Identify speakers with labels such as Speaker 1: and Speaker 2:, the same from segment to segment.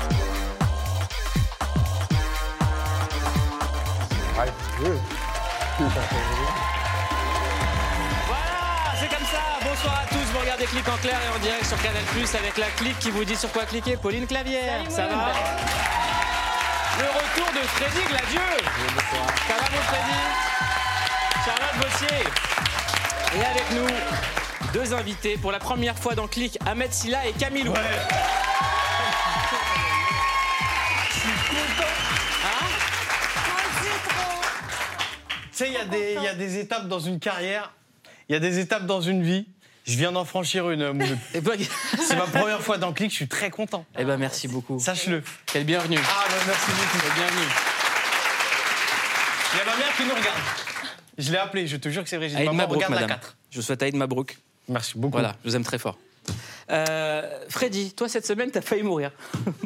Speaker 1: Voilà, c'est comme ça. Bonsoir à tous. Vous regardez Clic en clair et en direct sur Canal Plus avec la clique qui vous dit sur quoi cliquer. Pauline Clavière, ça va Le retour de Freddy Gladieux. Ça va mon Freddy Charlotte Bossier. Et avec nous, deux invités pour la première fois dans Clic, Ahmed Silla et Camille Lou.
Speaker 2: Tu sais, il y, a des- il y a des étapes dans une carrière, il y a des étapes dans une vie. Je viens d'en franchir une, euh, Mouloud.
Speaker 1: Et toi-
Speaker 2: C'est ma première fois dans Click, je suis très content.
Speaker 1: Eh ben merci beaucoup.
Speaker 2: Sache-le.
Speaker 1: Quelle bienvenue.
Speaker 2: Ah, bah, merci beaucoup.
Speaker 1: Quelle bienvenue.
Speaker 2: Il y a ma mère qui nous regarde. Je l'ai appelée, je te jure que c'est vrai. J'ai dit,
Speaker 1: Aïd
Speaker 2: maman,
Speaker 1: Mabrouk,
Speaker 2: regarde la
Speaker 1: madame.
Speaker 2: 4.
Speaker 1: Je vous souhaite Aïd Mabrouk.
Speaker 2: Merci beaucoup.
Speaker 1: Voilà, je vous aime très fort. Euh, Freddy, toi cette semaine, t'as failli mourir.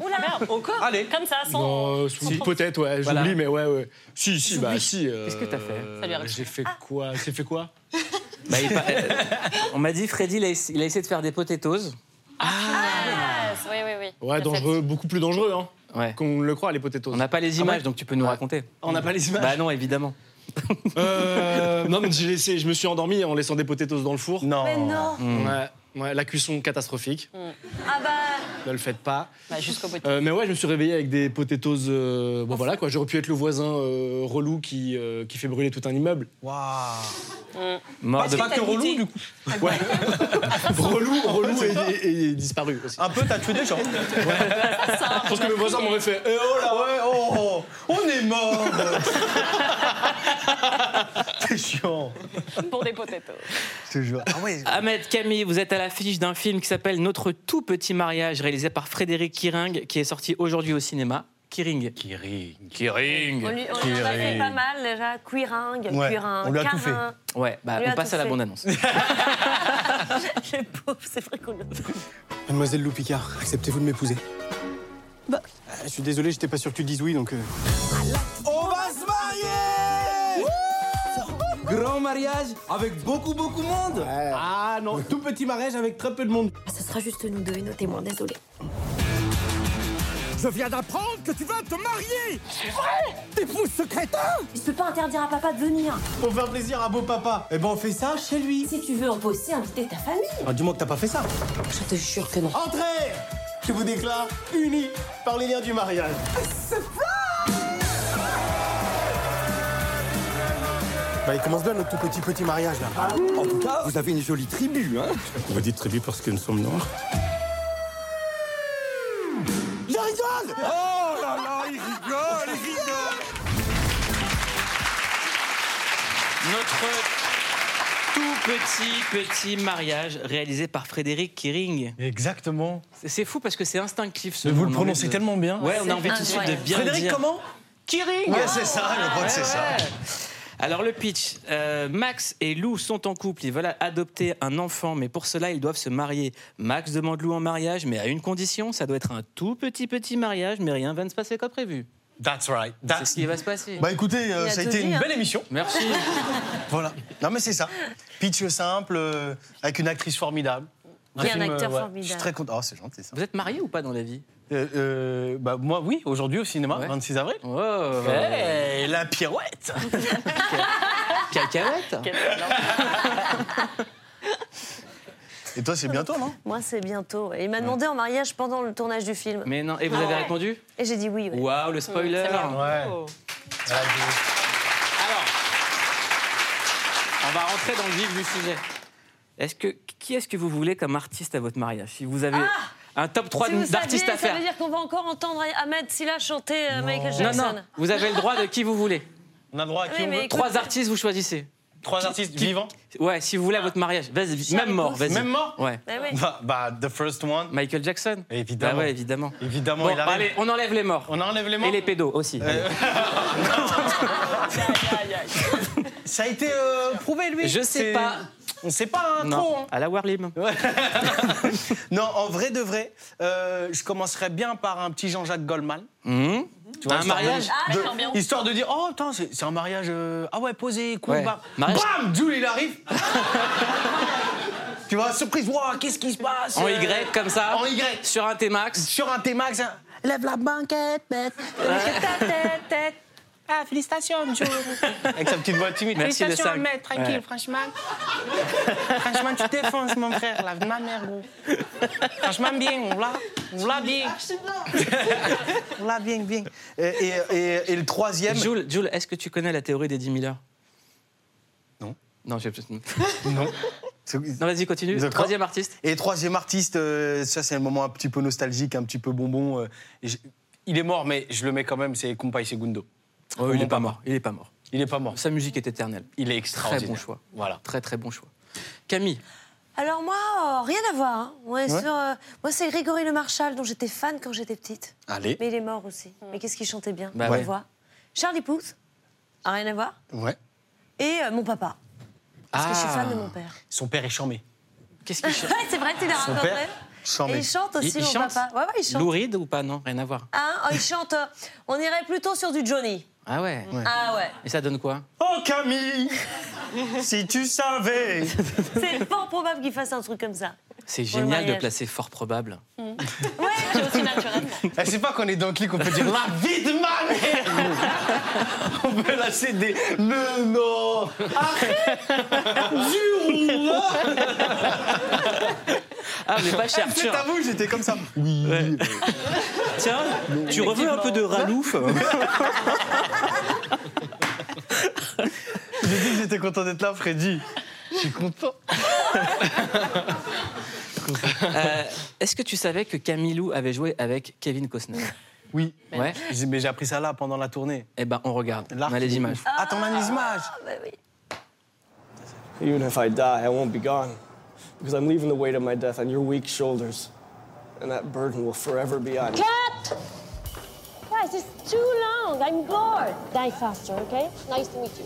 Speaker 3: Oula, encore
Speaker 2: Allez.
Speaker 3: Comme ça, sans.
Speaker 4: Non, euh, si, peut-être, ouais, j'oublie,
Speaker 1: Voilà.
Speaker 4: mais ouais, ouais. Si, si, bah, si. euh,
Speaker 1: Qu'est-ce que t'as fait
Speaker 4: euh,
Speaker 3: Ça lui a réussi.
Speaker 4: J'ai fait quoi J'ai fait quoi
Speaker 1: Bah, il est pas- euh, on m'a dit, Freddy, il a, ess- il a essayé de faire des potatoes.
Speaker 3: Ah, oui, oui, oui.
Speaker 4: Ouais,
Speaker 3: Recette.
Speaker 4: dangereux, beaucoup plus dangereux, hein,
Speaker 1: Ouais.
Speaker 4: qu'on le croit, les potatoes.
Speaker 1: On n'a pas
Speaker 5: Ah
Speaker 1: les images, donc tu peux nous raconter.
Speaker 4: On n'a pas les images
Speaker 1: Bah non, évidemment.
Speaker 4: Euh, Non, mais j'ai laissé, je me suis endormi en laissant des potatoes dans le four.
Speaker 2: Non.
Speaker 5: Mais non
Speaker 1: Hmm.
Speaker 4: Ouais, ouais, la cuisson catastrophique,
Speaker 5: Ah bah,
Speaker 4: ne le faites pas.
Speaker 3: Bah, Jusqu'au bout.
Speaker 4: Euh, mais ouais, je me suis réveillé avec des potatoes. euh, bon voilà quoi, j'aurais pu être le voisin euh, relou qui, euh, qui fait brûler tout un immeuble.
Speaker 2: Waouh.
Speaker 1: Mort de...
Speaker 2: Pas que relou, du coup.
Speaker 4: Ouais. relou, relou et, et- et disparu aussi.
Speaker 2: Un peu, t'as tué des gens.
Speaker 4: Je pense que le voisin m'aurait fait. Eh, oh là
Speaker 2: Ouais, oh, oh, on est mort. T'es chiant.
Speaker 3: Pour des potatoes.
Speaker 2: Je te jure. Ah ouais.
Speaker 1: Ahmed, Camille, vous êtes à l'affiche d'un film qui s'appelle Notre tout petit mariage, réalisé par Frédéric Kiring, qui est sorti aujourd'hui au cinéma. Kiring.
Speaker 5: on lui, on lui en a fait pas mal déjà. Cuiringue,
Speaker 2: Ouais,
Speaker 5: cuirin,
Speaker 2: on lui a tout
Speaker 5: carin.
Speaker 1: Ouais, bah
Speaker 5: On lui
Speaker 1: on
Speaker 5: a
Speaker 1: passe
Speaker 5: tout
Speaker 1: à la
Speaker 5: fait.
Speaker 1: bande-annonce.
Speaker 5: Les pauvres, c'est vrai qu'on l'a fait.
Speaker 6: Mademoiselle Lou Picard, acceptez-vous de m'épouser Bah. Je suis désolé, j'étais pas sûr que tu dises oui, donc. euh,
Speaker 7: On va se marier Grand mariage avec beaucoup beaucoup de monde Ah non, tout petit mariage avec très peu de monde.
Speaker 5: Ah, Ce sera juste nous deux et nos témoins, désolé.
Speaker 7: Je viens d'apprendre que tu vas te marier C'est vrai T'épouses ce crétin
Speaker 5: Je peux pas interdire à papa de venir.
Speaker 7: Pour faire plaisir à beau papa, eh ben on fait ça chez lui.
Speaker 5: Si tu veux en bosser, inviter ta famille.
Speaker 7: Ah, du moins que t'as pas fait ça.
Speaker 5: Je te jure que non.
Speaker 7: Entrez Je vous déclare unis par les liens du mariage.
Speaker 6: Bah, il commence bien notre tout petit petit mariage là.
Speaker 7: En tout cas, vous avez une jolie tribu, hein
Speaker 6: On va dire tribu parce que nous sommes noirs.
Speaker 7: Je rigole Oh là là, il rigole, il rigole
Speaker 1: Notre tout petit petit mariage, réalisé par Frédéric Kiring.
Speaker 2: Exactement.
Speaker 1: C'est- C'est fou parce que c'est instinctif. Ce
Speaker 2: Mais vous le
Speaker 1: nom. On a envie
Speaker 2: prononcez
Speaker 1: de-
Speaker 2: tellement bien.
Speaker 1: Ouais, on a envie tout de suite de
Speaker 5: incroyable.
Speaker 1: bien le
Speaker 2: Frédéric,
Speaker 1: dire.
Speaker 2: comment Kiring Ouais, c'est ça, le pote, c'est ça.
Speaker 1: Alors le pitch, Euh, Max et Lou sont en couple, ils veulent adopter un enfant, mais pour cela ils doivent se marier. Max demande Lou en mariage, mais à une condition, ça doit être un tout petit petit mariage, mais rien va ne se passer comme prévu.
Speaker 2: That's right.
Speaker 1: C'est ce
Speaker 2: That's...
Speaker 1: qui va se passer.
Speaker 2: Bah écoutez, euh,
Speaker 5: Il a
Speaker 2: ça a
Speaker 5: tout
Speaker 2: été
Speaker 5: dit,
Speaker 2: une
Speaker 5: hein.
Speaker 2: belle émission.
Speaker 1: Merci.
Speaker 2: Voilà. Non mais c'est ça. Pitch simple, euh, avec une actrice formidable.
Speaker 5: Et un acteur
Speaker 2: Je suis
Speaker 5: formidable.
Speaker 2: très content. Oh, c'est gentil ça.
Speaker 1: Vous êtes mariés ou pas dans la vie
Speaker 2: Euh, euh, bah, moi, oui, aujourd'hui au cinéma,
Speaker 1: Ouais.
Speaker 2: 26 avril.
Speaker 1: Oh,
Speaker 2: Hey, la pirouette
Speaker 1: cacahuète
Speaker 2: Et toi, c'est bientôt, non
Speaker 5: Moi, c'est bientôt. ouais. Il m'a demandé en mariage pendant le tournage du film. Ah
Speaker 1: Mais non, et vous avez répondu
Speaker 5: Et j'ai dit oui. ouais. Mm,
Speaker 1: Waouh, le spoiler
Speaker 2: Ouais.
Speaker 1: Alors, on va rentrer dans le vif du sujet. Est-ce que qui est-ce que vous voulez comme artiste à votre mariage Si vous avez un top 3
Speaker 5: Ah Si vous
Speaker 1: d'artistes
Speaker 5: saviez,
Speaker 1: à faire.
Speaker 5: Ça veut dire qu'on va encore entendre Ahmed Silla chanter euh, Michael
Speaker 1: Non
Speaker 5: Jackson.
Speaker 1: non, vous avez le droit de qui vous voulez.
Speaker 2: On a droit à qui
Speaker 5: Oui,
Speaker 2: on
Speaker 5: mais
Speaker 2: veut
Speaker 5: écoute- euh,
Speaker 1: Trois artistes vous choisissez.
Speaker 2: Trois artistes vivants
Speaker 1: Ouais, si vous voulez à votre mariage. Vas-y, même mort, vas-y.
Speaker 2: Même mort
Speaker 1: Ouais.
Speaker 5: Bah oui.
Speaker 2: bah, bah, the first one.
Speaker 1: Michael Jackson.
Speaker 2: Évidemment.
Speaker 1: Bah ouais, évidemment.
Speaker 2: Évidemment,
Speaker 1: Bon,
Speaker 2: il arrive.
Speaker 1: allez, on enlève les morts.
Speaker 2: On enlève les mains
Speaker 1: Et les pédos aussi.
Speaker 2: Ça a été euh, prouvé, lui
Speaker 1: Je sais
Speaker 2: C'est-
Speaker 1: pas.
Speaker 2: On sait pas, hein, trop. hein.
Speaker 1: Non, à la Warlim.
Speaker 2: Non, en vrai de vrai, euh, je commencerais bien par un petit Jean-Jacques Goldman. Tu vois,
Speaker 1: Mmh. Un
Speaker 2: histoire de-
Speaker 1: mariage
Speaker 3: Ah,
Speaker 2: de-
Speaker 3: mettre l'ambiance.
Speaker 2: Histoire de dire, oh, attends, c'est c'est un mariage. euh, ah ouais, posé, cool,
Speaker 1: Ouais.
Speaker 2: bam.
Speaker 1: Mariage-
Speaker 2: Bam Jules, il arrive. tu vois, surprise, Ouah, qu'est-ce qui se passe
Speaker 1: En
Speaker 2: euh,
Speaker 1: Y, comme ça.
Speaker 2: En Y.
Speaker 1: Sur un T-Max.
Speaker 2: Sur un T-Max. hein. Lève la banquette, bête. Lève ta tête, tête. Ah, félicitations, Jules. Avec sa petite voix timide.
Speaker 1: Merci, le
Speaker 2: félicitations,
Speaker 1: sac.
Speaker 2: mec, tranquille, franchement. franchement, Ah, tu défonces, mon frère, la vie de ma mère, gros. Franchement, bien, on l'a, on l'a bien. on l'a bien, bien. Et, et, et, et le troisième.
Speaker 1: Jules, Jules, est-ce que tu connais la théorie des 10 000 heures
Speaker 2: Non.
Speaker 1: Non, je Non,
Speaker 2: Non.
Speaker 1: vas-y, continue.
Speaker 2: D'accord.
Speaker 1: Troisième artiste.
Speaker 2: Et troisième artiste, euh, ça c'est un moment un petit peu nostalgique, un petit peu bonbon. euh, et je- il est mort, mais je le mets quand même, c'est Kumpai Segundo.
Speaker 1: Oh,
Speaker 2: il est pas
Speaker 1: mort. Il est pas mort.
Speaker 2: Il est pas mort.
Speaker 1: Sa musique est éternelle.
Speaker 2: Il est
Speaker 1: Très
Speaker 2: extraordinaire.
Speaker 1: bon choix.
Speaker 2: Voilà.
Speaker 1: Très très bon choix. Camille,
Speaker 5: Alors moi, euh, rien à voir. hein. On est sur, euh, moi, c'est Grégory Le Marchal, dont j'étais fan quand j'étais petite.
Speaker 2: Allez.
Speaker 5: Mais il est mort aussi. Mais qu'est-ce qu'il chantait bien
Speaker 1: Bah
Speaker 5: On
Speaker 1: ouais.
Speaker 5: voit. Charlie Puth, ah, rien à voir.
Speaker 2: Ouais.
Speaker 5: Et euh, mon papa. Parce que
Speaker 2: Ah.
Speaker 5: je suis fan de mon père.
Speaker 2: Son père est charmé.
Speaker 1: qu'est-ce qu'il chante
Speaker 5: Ouais, c'est vrai, tu l'as
Speaker 2: Son
Speaker 5: rencontré.
Speaker 2: père
Speaker 5: Et
Speaker 2: Charmé.
Speaker 5: il chante aussi,
Speaker 1: Il- il
Speaker 5: mon
Speaker 1: chante
Speaker 5: papa. Ouais, ouais, il chante.
Speaker 1: Louride ou pas Non, rien à voir.
Speaker 5: Hein oh, il chante. euh, on irait plutôt sur du Johnny.
Speaker 1: Ah ouais.
Speaker 5: Ah ouais.
Speaker 1: Et ça donne quoi
Speaker 2: Oh Camille, si tu savais.
Speaker 5: C'est fort probable qu'il fasse un truc comme ça.
Speaker 1: C'est
Speaker 5: le
Speaker 1: génial de
Speaker 5: mariage. Mm.
Speaker 1: placer fort probable.
Speaker 3: C'est aussi naturellement.
Speaker 2: Elle sait Ah, pas qu'on est dans le clic, on peut dire la vie de ma mère. on peut lâcher des le non. Arrête. Du roi.
Speaker 1: Ah, mais pas cher.
Speaker 2: C'est à vous, j'étais comme ça. Oui. Euh,
Speaker 1: Tiens, tu revois un peu de
Speaker 5: Ah.
Speaker 1: ralouf
Speaker 2: J'ai dit que j'étais content d'être là, Freddy. Je suis content.
Speaker 1: Euh, Est-ce que tu savais que Camilou avait joué avec Kevin Costner
Speaker 2: Oui. Ben,
Speaker 1: Ouais.
Speaker 2: J'ai- Mais j'ai appris ça là pendant la tournée.
Speaker 1: Eh ben, on regarde.
Speaker 2: Là,
Speaker 1: On a les images.
Speaker 2: Attends, on a les images.
Speaker 5: Ah bah oui.
Speaker 8: Even if I die, I won't be gone. Because I'm leaving the weight of my death on your weak shoulders. And that burden will forever be on you.
Speaker 9: Cut! Guys, it's too long. I'm bored. Die faster, okay? Nice to meet you.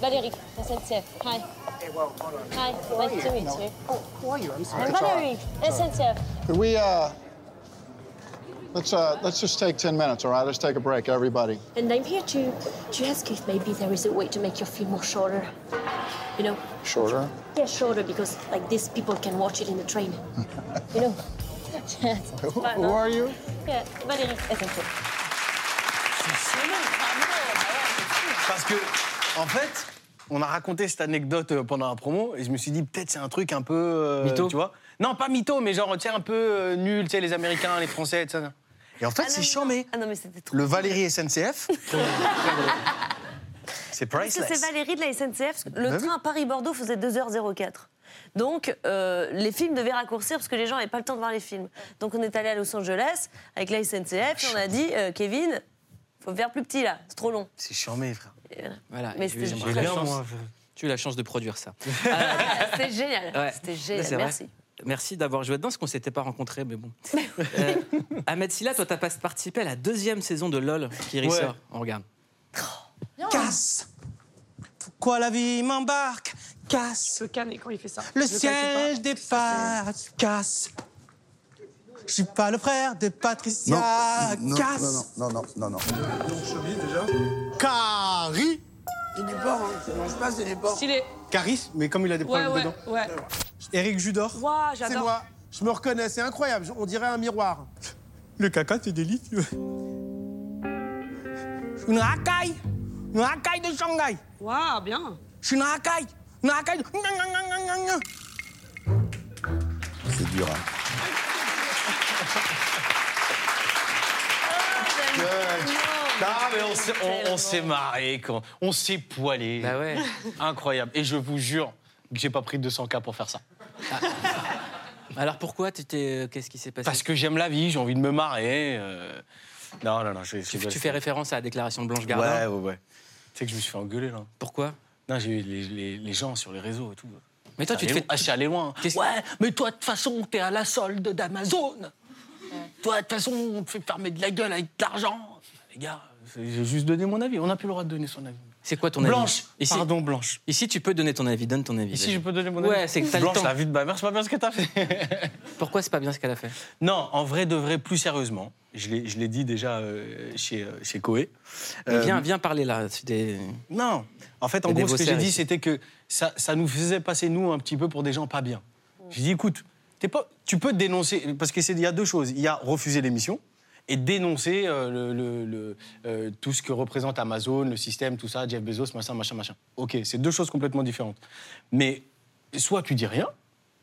Speaker 9: Valerie, SNCF. Hi.
Speaker 10: Hey, well, hold on.
Speaker 9: Hi.
Speaker 10: Who
Speaker 9: nice
Speaker 10: are you?
Speaker 9: to meet
Speaker 10: No.
Speaker 9: you.
Speaker 10: Oh, who are you? I'm sorry.
Speaker 9: I'm Valerie, SNCF.
Speaker 10: Could we, uh, let's, uh, let's just take 10 minutes, all right? Let's take a break, everybody.
Speaker 9: And I'm here to, to ask if maybe there is a way to make your film more shorter. You know?
Speaker 10: Shorter?
Speaker 9: Yeah, shorter, because like this, people can watch it in the train. you know? Yes.
Speaker 10: Who, who are you?
Speaker 9: Yeah, Valerie, SNCF.
Speaker 2: Parce que, en fait, on a raconté cette anecdote euh, pendant la promo et je me suis dit, peut-être c'est un truc un peu. euh,
Speaker 1: Mytho
Speaker 2: Tu vois Non, pas mytho, mais genre, tiens, un peu euh, nul, tu sais, les Américains, les Français, etc. Et en fait,
Speaker 5: Ah
Speaker 2: c'est
Speaker 5: non,
Speaker 2: chambé.
Speaker 5: Ah non, mais c'était trop.
Speaker 2: Le Valérie SNCF. c'est
Speaker 5: Parce que c'est
Speaker 2: priceless.
Speaker 5: Valérie de la SNCF. Le
Speaker 2: Bah oui.
Speaker 5: train Paris-Bordeaux faisait 2h04. Donc, euh, les films devaient raccourcir parce que les gens n'avaient pas le temps de voir les films. Donc, on est allé à Los Angeles avec la SNCF et on a dit euh, Kevin, faut faire plus petit là, c'est trop long.
Speaker 2: C'est chambé, frère.
Speaker 5: Et voilà.
Speaker 1: Voilà.
Speaker 5: Mais
Speaker 1: et
Speaker 5: c'était
Speaker 1: j'ai eu
Speaker 5: génial.
Speaker 1: la
Speaker 2: Bien,
Speaker 1: chance-
Speaker 2: moi.
Speaker 1: Tu as eu la chance de produire ça.
Speaker 5: C'était génial.
Speaker 1: Ouais.
Speaker 5: C'était
Speaker 1: C'est
Speaker 5: génial.
Speaker 1: vrai.
Speaker 5: Merci.
Speaker 1: Merci d'avoir joué dedans, parce qu'on s'était pas rencontrés, mais bon. Euh, Ahmed Silla, toi, t'as pas participé à la deuxième saison de LOL qui ressort. On regarde.
Speaker 6: Casse Pourquoi la vie m'embarque Casse
Speaker 11: se calmer quand il fait ça.
Speaker 6: Le
Speaker 11: Ne t'inquiète pas.
Speaker 6: ciel dépasse Casse Je suis pas le frère de Patricia Casse
Speaker 10: non, non, non, non.
Speaker 6: Cari
Speaker 11: Il est fort, hein. Non, je passe, il est fort. Stylé.
Speaker 6: Caris Mais comme il a des
Speaker 11: Ouais,
Speaker 6: problèmes
Speaker 11: ouais,
Speaker 6: dedans.
Speaker 11: ouais.
Speaker 6: Eric Judor
Speaker 11: Waouh,
Speaker 6: C'est
Speaker 11: j'adore.
Speaker 6: moi Je me reconnais, c'est incroyable, on dirait un miroir. Le caca, c'est délicieux.
Speaker 2: Une racaille Une racaille de Shanghai
Speaker 11: Waouh, bien.
Speaker 2: Je suis une racaille Une racaille de...
Speaker 10: C'est dur, hein.
Speaker 2: Non, mais on s'est- on- on s'est marré, quand on s'est poilé.
Speaker 1: Bah ouais.
Speaker 2: Incroyable. Et je vous jure que j'ai pas pris 200K pour faire ça.
Speaker 1: Alors pourquoi tu t'es. Qu'est-ce qui s'est passé
Speaker 2: Parce que j'aime la vie, j'ai envie de me marrer. euh. Non, non, non, je, je-
Speaker 1: tu,
Speaker 2: je-
Speaker 1: tu fais référence à la déclaration de Blanche
Speaker 2: Ouais,
Speaker 1: Gardin.
Speaker 2: ouais, ouais. Tu sais que je me suis fait engueuler, là.
Speaker 1: Pourquoi
Speaker 2: Non, j'ai eu les, les- les gens sur les réseaux et tout.
Speaker 1: Mais toi, tu te
Speaker 2: Allez-
Speaker 1: fais.
Speaker 2: Ah, je suis allé loin.
Speaker 1: Qu'est-ce-
Speaker 2: Ouais, mais toi, de toute façon, t'es à la solde d'Amazon. Toi, de toute façon, on te fait fermer de la gueule avec de l'argent. Les gars, J'ai juste donné mon avis. On n'a plus le droit de donner son avis.
Speaker 1: C'est quoi ton avis
Speaker 2: Blanche. Pardon, Blanche.
Speaker 1: Ici, tu peux donner ton avis. Donne ton avis.
Speaker 2: Ici,
Speaker 1: vas-y.
Speaker 2: je peux donner mon avis.
Speaker 1: Ouais, c'est que t'as le
Speaker 2: Blanche,
Speaker 1: temps.
Speaker 2: la vie de ma mère, c'est pas bien ce que t'as fait.
Speaker 1: Pourquoi c'est pas bien ce qu'elle a fait
Speaker 2: Non, en vrai, de vrai, plus sérieusement, je l'ai je l'ai dit déjà euh, chez, euh, chez Coé.
Speaker 1: Mais
Speaker 2: Euh,
Speaker 1: viens, viens parler là. c'est des-
Speaker 2: Non. En fait, en
Speaker 1: Et des
Speaker 2: gros, ce que j'ai
Speaker 1: bosserds
Speaker 2: dit,
Speaker 1: ici.
Speaker 2: c'était que ça, ça nous faisait passer, nous, un petit peu pour des gens pas bien. J'ai dit, écoute, t'es pas, tu peux dénoncer, parce qu'il y a deux choses. Il y a refuser l'émission et dénoncer euh, le, le- le, euh, tout ce que représente Amazon, le système, tout ça, Jeff Bezos, machin, machin, machin. OK, c'est deux choses complètement différentes. Mais soit tu dis rien,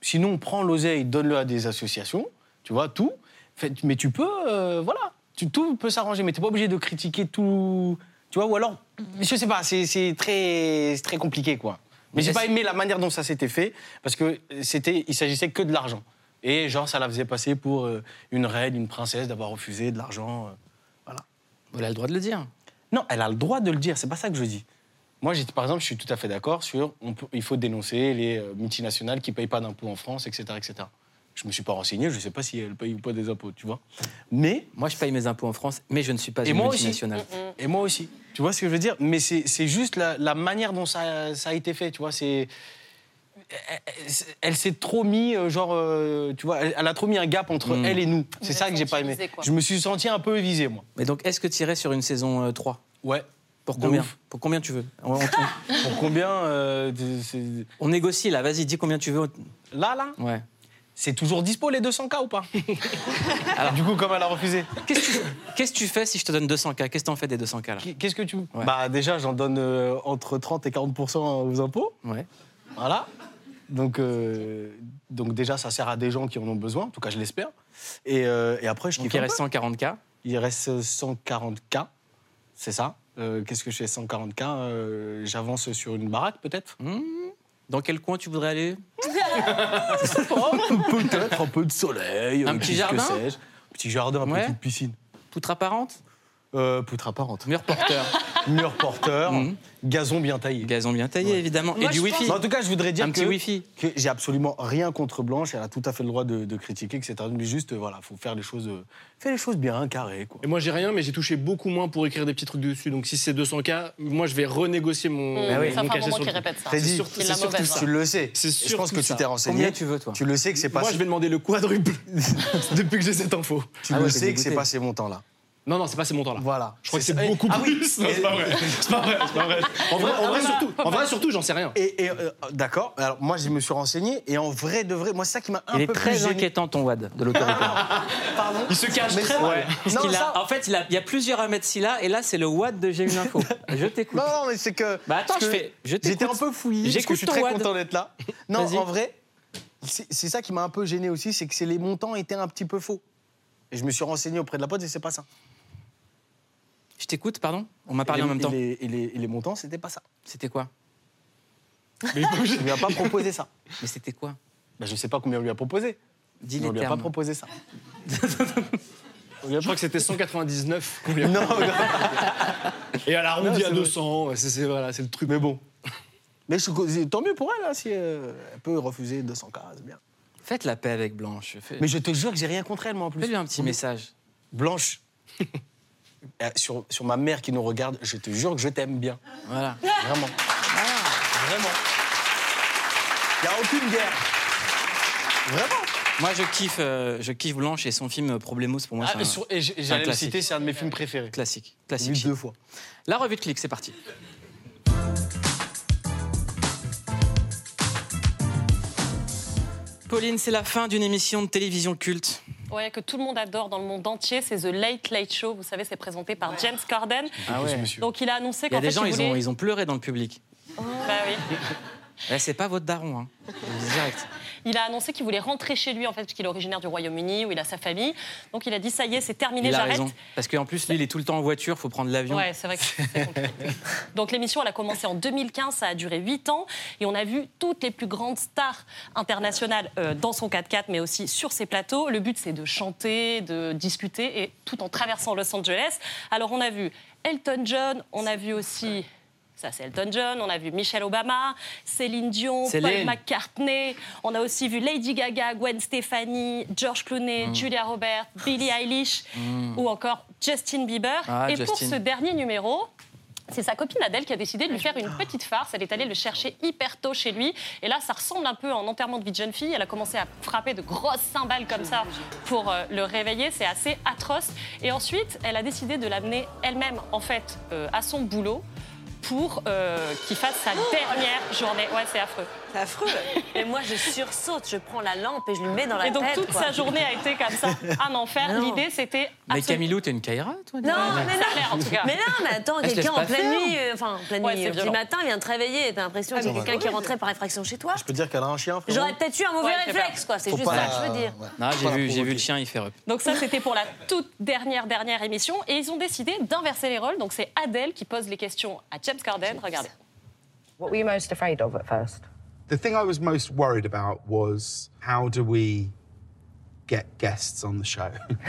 Speaker 2: sinon prends l'oseille, donne-le à des associations, tu vois, tout. Fait- mais tu peux, euh, voilà, tu, tout peut s'arranger, mais tu n'es pas obligé de critiquer tout, tu vois, ou alors, je sais pas, c'est c'est très, c'est très compliqué, quoi. Mais j'ai pas aimé la manière dont ça s'était fait, parce que c'était, il s'agissait que de l'argent. Et genre, ça la faisait passer pour euh, une reine, une princesse, d'avoir refusé de l'argent. euh, voilà.
Speaker 1: Elle a le droit de le dire.
Speaker 2: Non, elle a le droit de le dire, c'est pas ça que je dis. Moi, j'étais- par exemple, je suis tout à fait d'accord sur on peut- il faut dénoncer les euh, multinationales qui ne payent pas d'impôts en France, etc. etc. Je ne me suis pas renseigné, je ne sais pas si elles payent ou pas des impôts, tu vois. Mais.
Speaker 1: Moi, je paye mes impôts en France, mais je ne suis pas
Speaker 2: Et
Speaker 1: une
Speaker 2: moi aussi.
Speaker 1: multinationale.
Speaker 2: Et moi aussi. Tu vois ce que je veux dire Mais c'est c'est juste la, la manière dont ça, ça a été fait, tu vois. C'est. elle- elle- Elle s'est trop mis, euh, genre, euh, tu vois, elle, elle a trop mis un gap entre
Speaker 1: Hmm.
Speaker 2: elle et nous. C'est ça que j'ai pas aimé.
Speaker 1: visée, quoi.
Speaker 2: Je me suis senti un peu visé, moi.
Speaker 1: Mais donc, est-ce que tu irais sur une saison euh, 3
Speaker 2: Ouais.
Speaker 1: Pour
Speaker 2: De
Speaker 1: combien
Speaker 2: ouf.
Speaker 1: Pour combien tu veux On, on trouve.
Speaker 2: Pour combien euh,
Speaker 1: On négocie là, vas-y, dis combien tu veux.
Speaker 2: Là, là
Speaker 1: Ouais.
Speaker 2: C'est toujours dispo les 200K ou pas
Speaker 1: Alors,
Speaker 2: du coup, comme elle a refusé.
Speaker 1: Qu'est-ce que tu- qu'est-ce que tu fais si je te donne 200K Qu'est-ce que t'en fais des 200K là
Speaker 2: Qu'est-ce que tu. Bah déjà, j'en donne euh, entre 30 et 40 aux impôts.
Speaker 1: Ouais.
Speaker 2: Voilà. Donc, euh, donc déjà, ça sert à des gens qui en ont besoin, en tout cas, je l'espère. Et, euh, et après, je
Speaker 1: Donc
Speaker 2: kiffe
Speaker 1: il
Speaker 2: un
Speaker 1: reste
Speaker 2: peu.
Speaker 1: 140K.
Speaker 2: Il reste 140K, c'est ça. Euh, Qu'est-ce que je fais 140K Euh, J'avance sur une baraque, peut-être
Speaker 1: Mmh. Dans quel coin tu voudrais aller
Speaker 2: Peut-être un peu de soleil.
Speaker 1: Un
Speaker 2: euh,
Speaker 1: petit
Speaker 2: qu'est-ce que
Speaker 1: jardin
Speaker 2: sais-je. Petit jardin,
Speaker 1: Ouais.
Speaker 2: petite piscine.
Speaker 1: Poutre apparente
Speaker 2: Euh, poutre apparente.
Speaker 1: Mur porteur. Hmm.
Speaker 2: Mur porteur, gazon bien taillé.
Speaker 1: Gazon bien taillé, évidemment.
Speaker 2: Moi,
Speaker 1: et du
Speaker 2: je
Speaker 1: wifi.
Speaker 2: pense- En tout cas, je voudrais dire
Speaker 1: Un
Speaker 2: que,
Speaker 1: petit wifi.
Speaker 2: que j'ai absolument rien contre Blanche. Elle a tout à fait le droit de, de critiquer, etc. Mais juste, euh, voilà, faut faire les choses, euh, fais les choses bien, carré, quoi.
Speaker 4: Et moi, j'ai rien, mais j'ai touché beaucoup moins pour écrire des petits trucs dessus. Donc, si c'est 200K, moi, je vais renégocier mon,
Speaker 3: Mmh,
Speaker 4: mon
Speaker 3: ça fait un
Speaker 4: cachet
Speaker 3: moment
Speaker 4: sur le
Speaker 3: qu'il
Speaker 4: truc.
Speaker 3: répète ça.
Speaker 4: C'est
Speaker 3: T'as dit,
Speaker 4: surtout-
Speaker 3: il
Speaker 4: c'est
Speaker 3: l'a
Speaker 4: surtout
Speaker 3: mauvaise,
Speaker 4: ça.
Speaker 3: hein.
Speaker 2: Tu le sais.
Speaker 4: C'est
Speaker 2: Je pense
Speaker 4: surtout
Speaker 2: que tu
Speaker 4: ça.
Speaker 2: t'es renseigné.
Speaker 4: Combien tu veux, toi
Speaker 2: Tu le sais que c'est pas.
Speaker 4: Moi, je vais demander le quadruple depuis que j'ai cet info.
Speaker 12: Ah
Speaker 3: Ah
Speaker 2: Tu le sais que c'est pas ces montants-là.
Speaker 4: Non, non, c'est pas ces montants-là.
Speaker 2: Voilà.
Speaker 4: Je crois que
Speaker 2: C'est
Speaker 4: c'est
Speaker 2: ça.
Speaker 4: beaucoup
Speaker 2: Ah oui.
Speaker 4: plus. Non, c'est pas vrai. C'est pas vrai. c'est pas vrai. En vrai, en vrai, surtout, en vrai, surtout, j'en sais rien.
Speaker 2: Et, et, euh, d'accord. Alors moi, je me suis renseigné et en vrai de vrai, moi, c'est ça qui m'a un
Speaker 1: Il est
Speaker 2: peu
Speaker 1: très
Speaker 2: plus gêné.
Speaker 1: inquiétant ton WAD de l'autorité.
Speaker 2: Pardon.
Speaker 4: Il se cache
Speaker 2: Mais
Speaker 4: très
Speaker 2: ça-
Speaker 4: mal.
Speaker 1: Parce
Speaker 2: Non,
Speaker 1: qu'il a-
Speaker 2: ça-
Speaker 1: En fait, il a- il y a plusieurs à mettre là, et là, c'est le WAD de J'ai une info. Je t'écoute.
Speaker 2: Non, non, mais c'est que.
Speaker 1: Bah attends,
Speaker 2: parce
Speaker 1: je
Speaker 2: que
Speaker 1: fais- je t'écoute.
Speaker 2: J'étais un peu fouillé. parce que
Speaker 1: J'écoute
Speaker 2: Je suis
Speaker 1: ton
Speaker 2: très
Speaker 1: WAD.
Speaker 2: content d'être là. Non,
Speaker 1: Vas-y.
Speaker 2: en vrai, c'est c'est ça qui m'a un peu gêné aussi, c'est que c'est les montants étaient un petit peu faux. Et je me suis renseigné auprès de la pote et c'est pas ça.
Speaker 1: Je t'écoute, pardon On m'a parlé
Speaker 2: Et
Speaker 1: en
Speaker 2: les-
Speaker 1: même temps.
Speaker 2: Et les, et les- et les montants, c'était pas ça.
Speaker 1: C'était quoi
Speaker 2: On lui a pas proposé ça.
Speaker 1: Mais c'était quoi
Speaker 2: Bah, je sais pas combien on lui a proposé.
Speaker 1: Dis
Speaker 2: mais on
Speaker 1: les
Speaker 2: lui a pas
Speaker 1: termes.
Speaker 2: proposé ça.
Speaker 4: Je crois que c'était 199. qu'on lui a-
Speaker 2: Non, non.
Speaker 4: Et elle a
Speaker 2: Non,
Speaker 4: arrondi
Speaker 2: c'est
Speaker 4: à
Speaker 2: vrai.
Speaker 4: 200. C'est c'est- voilà, c'est le truc. Mais bon.
Speaker 2: Mais je suis co- tant mieux pour elle, hein, si euh, elle peut refuser 200 cas, c'est bien.
Speaker 1: Faites la paix avec Blanche. Fais-
Speaker 2: Mais je te jure que j'ai rien contre elle, moi, en plus. Mmh.
Speaker 1: Fais-lui un petit message.
Speaker 2: Blanche, euh, sur, sur ma mère qui nous regarde, je te jure que je t'aime bien.
Speaker 1: Voilà. Ah.
Speaker 2: Vraiment. Vraiment. Il n'y a aucune guerre. Vraiment.
Speaker 1: Moi, je kiffe, euh, je kiffe Blanche et son film euh, Problemos. Pour moi, c'est un
Speaker 2: Ah, et j-
Speaker 1: un
Speaker 2: j'allais le
Speaker 1: classique.
Speaker 2: citer, c'est un de mes films préférés.
Speaker 1: classique.
Speaker 2: J'ai
Speaker 1: classique.
Speaker 2: vu deux fois.
Speaker 1: La revue de clic, c'est parti. Pauline, c'est la fin d'une émission de télévision culte.
Speaker 3: Ouais, que tout le monde adore dans le monde entier, c'est The Late Late Show. Vous savez, c'est présenté par James Corden.
Speaker 1: Ah ouais.
Speaker 3: Donc il a annoncé
Speaker 1: Il y
Speaker 3: qu'en
Speaker 1: a
Speaker 3: fait,
Speaker 1: des gens,
Speaker 3: il
Speaker 1: ils
Speaker 3: voulait...
Speaker 1: ont, ils ont pleuré dans le public.
Speaker 3: Bah oui.
Speaker 1: Eh, c'est pas votre daron, hein. Je vous le dis Direct.
Speaker 3: Il a annoncé qu'il voulait rentrer chez lui en fait, parce qu'il est originaire du Royaume-Uni où il a sa famille. Donc il a dit ça y est, c'est terminé,
Speaker 1: Il a
Speaker 3: j'arrête.
Speaker 1: raison. Parce qu'en plus, lui, il est tout le temps en voiture, faut prendre l'avion.
Speaker 3: Ouais, c'est vrai que c'est compliqué. Donc l'émission, elle a commencé en 2015, ça a duré 8 ans, et on a vu toutes les plus grandes stars internationales euh, dans son 4x4, mais aussi sur ses plateaux. Le but, c'est de chanter, de discuter, et tout en traversant Los Angeles. Alors on a vu Elton John, on a vu aussi Ça, c'est Elton John. On a vu Michelle Obama, Céline Dion, Paul
Speaker 1: Céline.
Speaker 3: McCartney. On a aussi vu Lady Gaga, Gwen Stefani, George Clooney, Julia Roberts, Billie Eilish
Speaker 1: Mm.
Speaker 3: ou encore Justin Bieber.
Speaker 1: Ah,
Speaker 3: Et pour
Speaker 1: Justin.
Speaker 3: ce dernier numéro, c'est sa copine Adèle qui a décidé de lui faire une petite farce. Elle est allée le chercher hyper tôt chez lui. Et là, ça ressemble un peu à un enterrement de vie de jeune fille. Elle a commencé à frapper de grosses cymbales comme ça pour euh, le réveiller. C'est assez atroce. Et ensuite, elle a décidé de l'amener elle-même, en fait, euh, à son boulot pour euh, qu'il fasse sa dernière journée. Ouais, c'est affreux.
Speaker 5: Oh C'est affreux. Et moi, je sursaute, je prends la lampe et je lui mets dans la
Speaker 3: Et
Speaker 5: tête.
Speaker 3: donc, toute
Speaker 5: quoi.
Speaker 3: sa journée a été comme ça, un enfer.
Speaker 5: Non.
Speaker 3: L'idée, c'était...
Speaker 1: Mais
Speaker 3: absolument-
Speaker 1: Camilou, t'es une Kaira,
Speaker 5: Non,
Speaker 1: toi dis-moi.
Speaker 5: mais non.
Speaker 3: Ça a l'air, en tout cas.
Speaker 5: Mais non, mais attends,
Speaker 1: Elle se
Speaker 5: quelqu'un
Speaker 1: laisse pas
Speaker 5: en pleine
Speaker 1: faire. Ah,
Speaker 5: nuit, euh, enfin, en pleine
Speaker 3: Ouais,
Speaker 5: nuit,
Speaker 3: c'est
Speaker 5: euh, petit
Speaker 3: violent.
Speaker 5: matin, vient te réveiller. T'as l'impression que c'est
Speaker 13: mais
Speaker 5: quelqu'un qui rentrait par effraction chez toi.
Speaker 13: Je peux dire qu'elle a un chien, frérot
Speaker 5: J'aurais peut-être eu un mauvais
Speaker 3: Ouais, c'est
Speaker 5: réflexe, quoi. C'est
Speaker 13: Faut
Speaker 5: juste
Speaker 13: pas
Speaker 5: ça,
Speaker 13: la-
Speaker 5: je veux dire.
Speaker 13: ouais.
Speaker 1: Bah, Non, j'ai vu, j'ai vu le chien, il fait rep.
Speaker 3: Donc ça, c'était pour la toute dernière, dernière émission. Et ils ont décidé d'inverser les rôles. Donc c'est Adèle qui pose les questions à James Corden. Regardez.
Speaker 14: What were you most afraid of at first?
Speaker 15: The thing I was most worried about was how do we get guests on the show?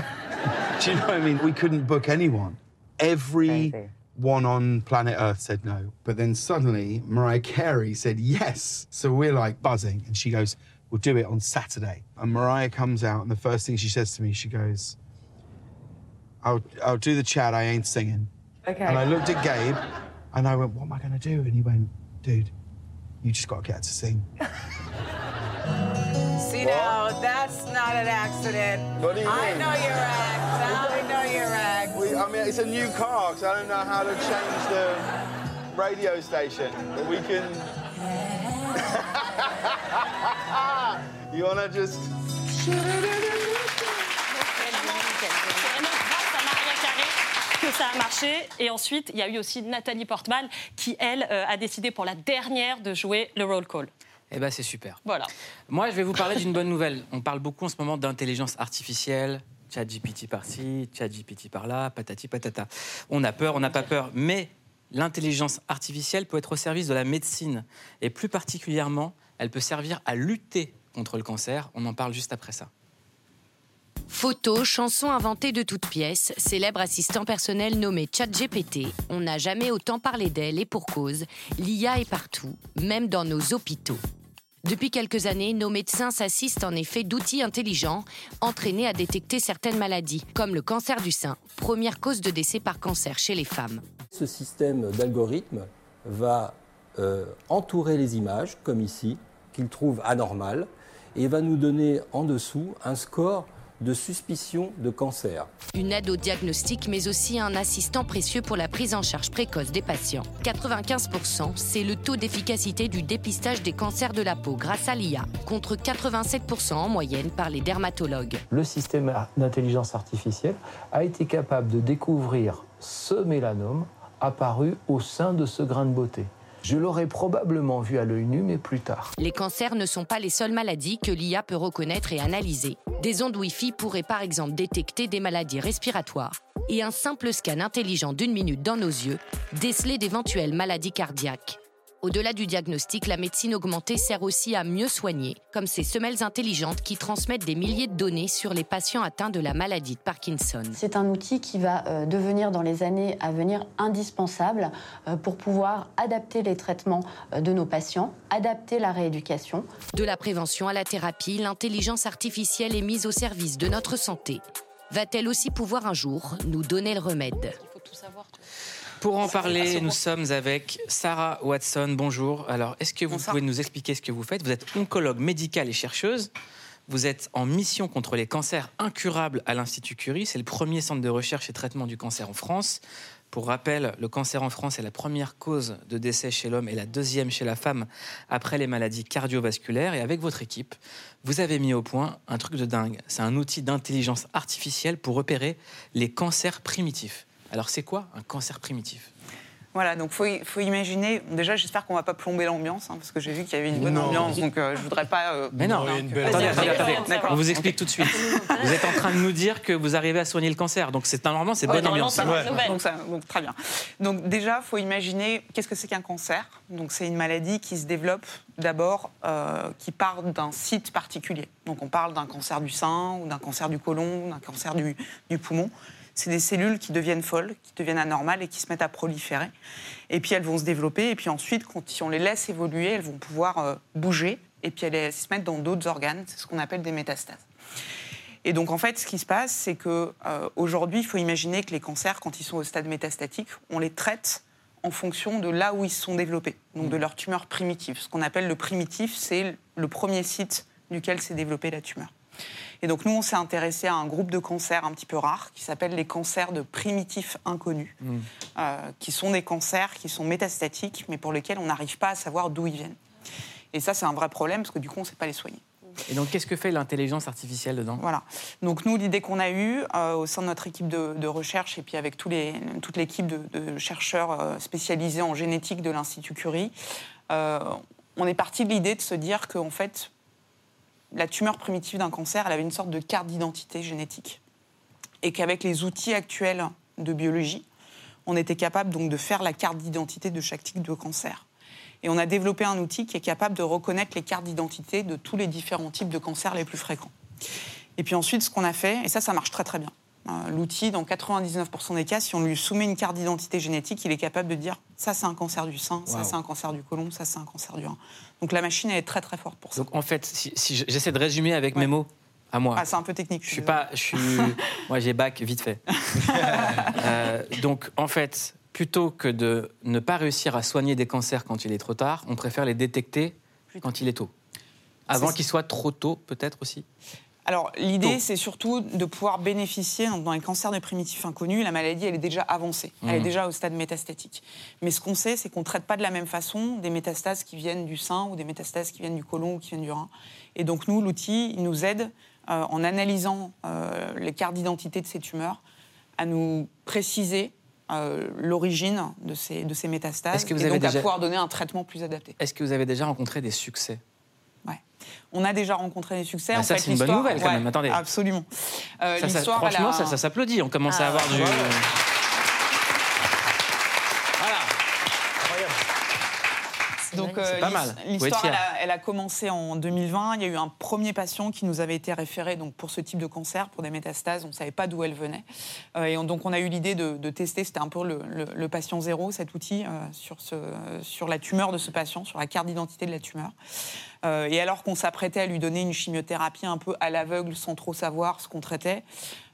Speaker 15: do you know what I mean? We couldn't book anyone. Every one on planet Earth said no. But then suddenly Mariah Carey said yes. So we're like buzzing. And she goes, We'll do it on Saturday. And Mariah comes out, and the first thing she says to me, she goes, I'll, I'll do the chat, I ain't singing.
Speaker 14: Okay.
Speaker 15: And I looked at Gabe and I went, What am I going to do? And he went, Dude, you just got to get her to sing.
Speaker 12: See now, that's not an accident.
Speaker 15: What do you
Speaker 12: I
Speaker 15: mean?
Speaker 12: know your acts. I know your acts.
Speaker 15: We, I mean, it's a new car, because I don't know how to change the radio station. But we can. you want to just.
Speaker 3: que ça a marché. Et ensuite, il y a eu aussi Nathalie Portman qui, elle, euh, a décidé pour la dernière de jouer le roll call.
Speaker 1: Eh ben, c'est super.
Speaker 3: Voilà.
Speaker 1: Moi, je vais vous parler d'une bonne nouvelle. On parle beaucoup en ce moment d'intelligence artificielle. ChatGPT par-ci, ChatGPT par-là, patati patata. On a peur, on n'a pas peur. Mais l'intelligence artificielle peut être au service de la médecine. Et plus particulièrement, elle peut servir à lutter contre le cancer. On en parle juste après ça.
Speaker 16: Photos, chansons inventées de toutes pièces, célèbre assistant personnel nommé ChatGPT, on n'a jamais autant parlé d'elle et pour cause, l'IA est partout, même dans nos hôpitaux. Depuis quelques années, nos médecins s'assistent en effet d'outils intelligents entraînés à détecter certaines maladies, comme le cancer du sein, première cause de décès par cancer chez les femmes.
Speaker 17: Ce système d'algorithme va euh, entourer les images, comme ici, qu'il trouve anormales, et va nous donner en dessous un score de suspicion de cancer.
Speaker 16: Une aide au diagnostic, mais aussi un assistant précieux pour la prise en charge précoce des patients. 95%, c'est le taux d'efficacité du dépistage des cancers de la peau grâce à l'IA, contre 87% en moyenne par les dermatologues.
Speaker 18: le système d'intelligence artificielle a été capable de découvrir ce mélanome apparu au sein de ce grain de beauté. Je l'aurais probablement vu à l'œil nu, mais plus tard.
Speaker 16: Les cancers ne sont pas les seules maladies que l'IA peut reconnaître et analyser. Des ondes Wi-Fi pourraient par exemple détecter des maladies respiratoires et un simple scan intelligent d'une minute dans nos yeux déceler d'éventuelles maladies cardiaques. Au-delà du diagnostic, la médecine augmentée sert aussi à mieux soigner, comme ces semelles intelligentes qui transmettent des milliers de données sur les patients atteints de la maladie de Parkinson.
Speaker 19: C'est un outil qui va euh, devenir dans les années à venir indispensable euh, pour pouvoir adapter les traitements euh, de nos patients, adapter la rééducation.
Speaker 16: De la prévention à la thérapie, l'intelligence artificielle est mise au service de notre santé. Va-t-elle aussi pouvoir un jour nous donner le remède
Speaker 1: Pour en parler, nous sommes avec Sarah Watson. Bonjour. Alors, est-ce que vous pouvez nous expliquer ce que vous faites Vous êtes oncologue médicale et chercheuse. Vous êtes en mission contre les cancers incurables à l'Institut Curie. C'est le premier centre de recherche et traitement du cancer en France. Pour rappel, le cancer en France est la première cause de décès chez l'homme et la deuxième chez la femme après les maladies cardiovasculaires. Et avec votre équipe, vous avez mis au point un truc de dingue. C'est un outil d'intelligence artificielle pour repérer les cancers primitifs. Alors c'est quoi un cancer primitif
Speaker 12: Voilà, donc faut, faut imaginer. Déjà, j'espère qu'on va pas plomber l'ambiance, hein, parce que j'ai vu qu'il y avait une bonne
Speaker 1: Non.
Speaker 12: ambiance, donc euh, je voudrais pas. euh,
Speaker 1: Mais non,
Speaker 12: voilà.
Speaker 1: attendez,
Speaker 12: Vas-y,
Speaker 1: attendez,
Speaker 12: vas-y.
Speaker 1: attendez.
Speaker 12: D'accord.
Speaker 1: on vous explique tout de suite. Vous êtes en train de nous dire que vous arrivez à soigner le cancer, donc c'est normalement c'est
Speaker 12: Ouais,
Speaker 1: bonne
Speaker 12: Oh, normalement,
Speaker 1: ambiance.
Speaker 12: c'est une bonne nouvelle. Donc, ça- donc, très bien. Donc déjà, faut imaginer qu'est-ce que c'est qu'un cancer. Donc c'est une maladie qui se développe d'abord, euh, qui part d'un site particulier. Donc on parle d'un cancer du sein ou d'un cancer du côlon, ou d'un cancer du, du poumon. c'est des cellules qui deviennent folles, qui deviennent anormales et qui se mettent à proliférer. Et puis elles vont se développer, et puis ensuite, quand, si on les laisse évoluer, elles vont pouvoir euh, bouger, et puis elles, elles se mettent dans d'autres organes, c'est ce qu'on appelle des métastases. Et donc en fait, ce qui se passe, c'est que euh, aujourd'hui, il faut imaginer que les cancers, quand ils sont au stade métastatique, on les traite en fonction de là où ils se sont développés, donc de leur tumeur primitive. Ce qu'on appelle le primitif, c'est le premier site duquel s'est développée la tumeur. Et donc nous, on s'est intéressé à un groupe de cancers un petit peu rares qui s'appelle les cancers de primitifs inconnus,
Speaker 1: Mm.
Speaker 12: euh, qui sont des cancers qui sont métastatiques, mais pour lesquels on n'arrive pas à savoir d'où ils viennent. Et ça, c'est un vrai problème parce que du coup, on ne sait pas les soigner.
Speaker 1: Et donc, qu'est-ce que fait l'intelligence artificielle dedans
Speaker 12: Voilà. Donc nous, l'idée qu'on a eue euh, au sein de notre équipe de, de recherche et puis avec tous les- toute l'équipe de, de chercheurs euh, spécialisés en génétique de l'Institut Curie, euh, on est parti de l'idée de se dire qu'en fait, la tumeur primitive d'un cancer, elle avait une sorte de carte d'identité génétique. Et qu'avec les outils actuels de biologie, on était capable donc de faire la carte d'identité de chaque type de cancer. Et on a développé un outil qui est capable de reconnaître les cartes d'identité de tous les différents types de cancers les plus fréquents. Et puis ensuite, ce qu'on a fait, et ça, ça marche très très bien. Euh, L'outil, dans 99% des cas, si on lui soumet une carte d'identité génétique, il est capable de dire ça c'est un cancer du sein, ça
Speaker 1: Wow.
Speaker 12: c'est un cancer du côlon, ça c'est un cancer du rein. Donc la machine elle est très très forte pour ça.
Speaker 1: Donc, en fait, si, si je- j'essaie de résumer avec mes mots, à moi.
Speaker 12: Ah, c'est un peu technique.
Speaker 1: Je suis pas. Je suis. Moi, j'ai bac vite fait. Euh, donc, en fait, plutôt que de ne pas réussir à soigner des cancers quand il est trop tard, on préfère les détecter quand il est tôt. Avant
Speaker 12: C'est-
Speaker 1: qu'il soit trop tôt, peut-être aussi.
Speaker 12: Alors, l'idée, c'est surtout de pouvoir bénéficier, donc, dans les cancers des primitifs inconnus, la maladie, elle est déjà avancée, elle est
Speaker 1: Mhm.
Speaker 12: déjà au stade métastatique. Mais ce qu'on sait, c'est qu'on ne traite pas de la même façon des métastases qui viennent du sein ou des métastases qui viennent du côlon ou qui viennent du rein. Et donc, nous, l'outil, il nous aide, euh, en analysant euh, les cartes d'identité de ces tumeurs, à nous préciser euh, l'origine de ces, de ces métastases
Speaker 1: Est-ce que vous
Speaker 12: et
Speaker 1: avez
Speaker 12: donc
Speaker 1: déjà-
Speaker 12: à pouvoir donner un traitement plus adapté.
Speaker 1: Est-ce que vous avez déjà rencontré des succès
Speaker 12: On a déjà rencontré des succès.
Speaker 1: Bah,
Speaker 12: en
Speaker 1: ça,
Speaker 12: fait,
Speaker 1: c'est une bonne
Speaker 12: l'histoire-
Speaker 1: nouvelle quand
Speaker 12: ouais,
Speaker 1: même. Attendez.
Speaker 12: Absolument. Euh,
Speaker 1: Ça, ça-
Speaker 12: l'histoire, elle a
Speaker 1: franchement,
Speaker 12: un-
Speaker 1: ça, ça s'applaudit. On commence à
Speaker 12: Ah,
Speaker 1: avoir du.
Speaker 12: ouais. Donc, euh,
Speaker 1: C'est pas
Speaker 12: l'his-
Speaker 1: mal. Faut être
Speaker 12: L'histoire,
Speaker 1: fier.
Speaker 12: elle, a- elle a commencé en 2020. Il y a eu un premier patient qui nous avait été référé donc, pour ce type de cancer, pour des métastases. On ne savait pas d'où elles venaient. Euh, et on- donc, on a eu l'idée de, de tester, c'était un peu le, le- le patient zéro, cet outil, euh, sur, ce- sur la tumeur de ce patient, sur la carte d'identité de la tumeur. Euh, et alors qu'on s'apprêtait à lui donner une chimiothérapie un peu à l'aveugle, sans trop savoir ce qu'on traitait,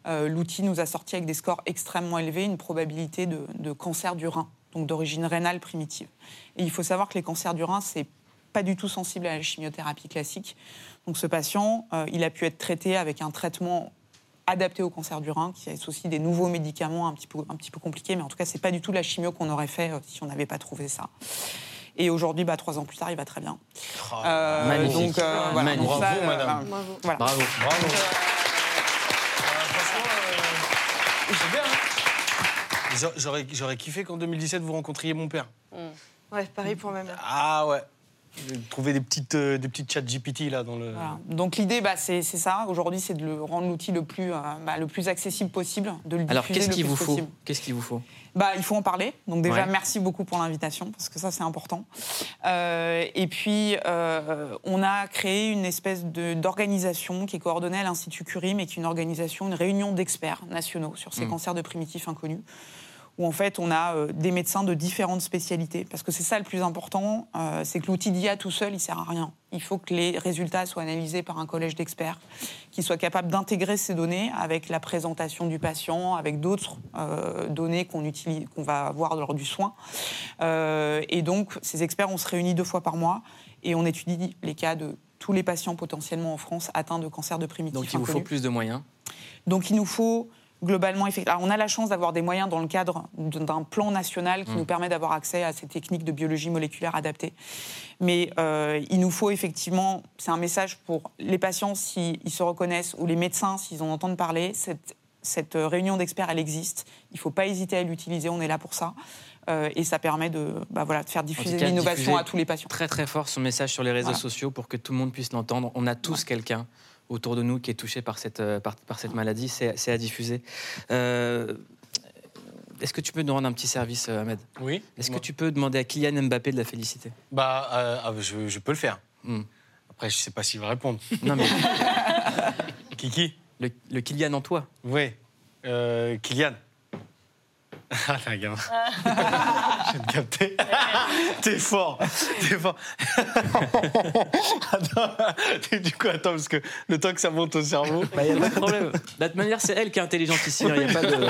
Speaker 12: euh, l'outil nous a sorti avec des scores extrêmement élevés une probabilité de, de cancer du rein, donc d'origine rénale primitive. Et il faut savoir que les cancers du rein, c'est pas du tout sensible à la chimiothérapie classique. Donc ce patient, euh, il a pu être traité avec un traitement adapté au cancer du rein, qui est aussi des nouveaux médicaments un petit peu, un petit peu compliqués, mais en tout cas, c'est pas du tout la chimio qu'on aurait fait euh, si on n'avait pas trouvé ça. Et aujourd'hui, bah, trois ans plus tard, il va très bien. Euh,
Speaker 1: magnifique.
Speaker 12: Donc, euh, voilà.
Speaker 1: Magnifique.
Speaker 12: Donc ça,
Speaker 1: Bravo,
Speaker 12: euh,
Speaker 1: madame.
Speaker 12: Bravo. Voilà.
Speaker 1: Bravo. Bravo.
Speaker 2: J'a- J'aurais j'aurais kiffé qu'en 2017, vous rencontriez mon père.
Speaker 20: Ouais, pareil pour ma mère.
Speaker 12: Euh,
Speaker 2: Ah ouais. J'ai trouvé des petites, euh, des petites chats GPT là dans le.
Speaker 12: Voilà. Donc l'idée, bah, c'est c'est ça. Aujourd'hui, c'est de le rendre l'outil le plus, euh, bah, le plus accessible possible, de le
Speaker 1: Alors,
Speaker 12: diffuser
Speaker 1: qu'est-ce
Speaker 12: le
Speaker 1: qu'il
Speaker 12: plus
Speaker 1: vous faut
Speaker 12: possible.
Speaker 1: Qu'est-ce qu'il vous faut
Speaker 12: Bah, il faut en parler. Donc déjà,
Speaker 1: Ouais.
Speaker 12: merci beaucoup pour l'invitation, parce que ça, c'est important. Euh, et puis, euh, on a créé une espèce de- d'organisation qui est coordonnée à l'Institut Curie, mais qui est une organisation, une réunion d'experts nationaux sur ces
Speaker 1: Mm.
Speaker 12: cancers de primitifs inconnus, où en fait, on a euh, des médecins de différentes spécialités. Parce que c'est ça le plus important, euh, c'est que l'outil d'IA tout seul, il sert à rien. Il faut que les résultats soient analysés par un collège d'experts qui soit capable d'intégrer ces données avec la présentation du patient, avec d'autres euh, données qu'on utilise, qu'on va avoir lors du soin. Euh, et donc, ces experts, on se réunit deux fois par mois et on étudie les cas de tous les patients potentiellement en France atteints de cancer de primitif
Speaker 1: Donc, il vous faut
Speaker 12: inconnu.
Speaker 1: plus de moyens.
Speaker 12: Donc il nous faut globalement, effect- alors, on a la chance d'avoir des moyens dans le cadre d- d'un plan national qui
Speaker 1: Mm.
Speaker 12: nous permet d'avoir accès à ces techniques de biologie moléculaire adaptées. Mais euh, il nous faut effectivement, c'est un message pour les patients s'ils se reconnaissent ou les médecins s'ils en entendent parler, cette, cette euh, réunion d'experts, elle existe. Il ne faut pas hésiter à l'utiliser, on est là pour ça. Euh, et ça permet de, bah, voilà, de
Speaker 1: En
Speaker 12: faire
Speaker 1: tout
Speaker 12: diffuser
Speaker 1: cas,
Speaker 12: l'innovation
Speaker 1: diffusez
Speaker 12: à tous les patients.
Speaker 1: Très très fort son message sur les réseaux
Speaker 12: Voilà.
Speaker 1: sociaux pour que tout le monde puisse l'entendre. On a tous quelqu'un autour de nous qui est touché par cette, euh, par, par cette maladie. C'est c'est à diffuser. Euh, Est-ce que tu peux nous rendre un petit service, euh, Ahmed
Speaker 2: Oui.
Speaker 1: Est-ce que
Speaker 2: Moi-
Speaker 1: tu peux demander à Kylian Mbappé de la féliciter
Speaker 2: Bah, euh, ah, je, je peux le faire. Hmm. Après, je sais pas s'il va répondre.
Speaker 1: Non mais
Speaker 2: Kiki
Speaker 1: le, Kylian en toi.
Speaker 2: Oui. Euh, Kylian. Ah, t'es un gamin. Je viens de capter. T'es fort. T'es fort. attends, t'es- du coup, attends, parce que le temps que ça monte au cerveau.
Speaker 1: Bah, y a pas de problème. De toute manière, c'est elle qui est intelligente ici. hein, y a pas de-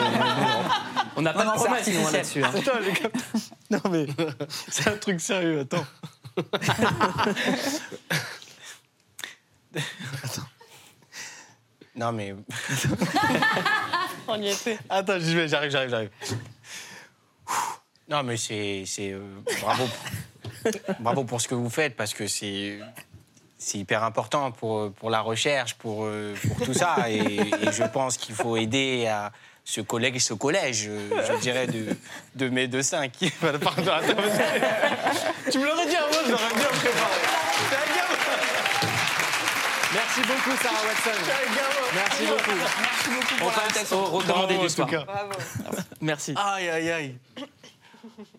Speaker 1: On n'a pas de promesse nous, hein, là-dessus. hein.
Speaker 2: Attends, j'ai capté. Non, mais c'est un truc sérieux, attends. Non, mais.
Speaker 21: On y était.
Speaker 2: Attends, j'y vais, j'arrive, j'arrive, j'arrive. Non, mais c'est. c'est, euh, bravo. bravo pour ce que vous faites, parce que c'est. C'est hyper important pour, euh, pour la recherche, pour, euh, pour tout ça. Et, et je pense qu'il faut aider à ce collègue et ce collège, euh, je dirais, de, de médecins qui. Pardon, attends. tu me l'aurais dit avant, je l'aurais bien préparé. T'es un gamin.
Speaker 12: Merci beaucoup, Sarah Watson. Merci beaucoup.
Speaker 22: Merci beaucoup
Speaker 12: pour
Speaker 1: passe au recommandé du soir. Merci.
Speaker 2: Aïe, aïe, aïe.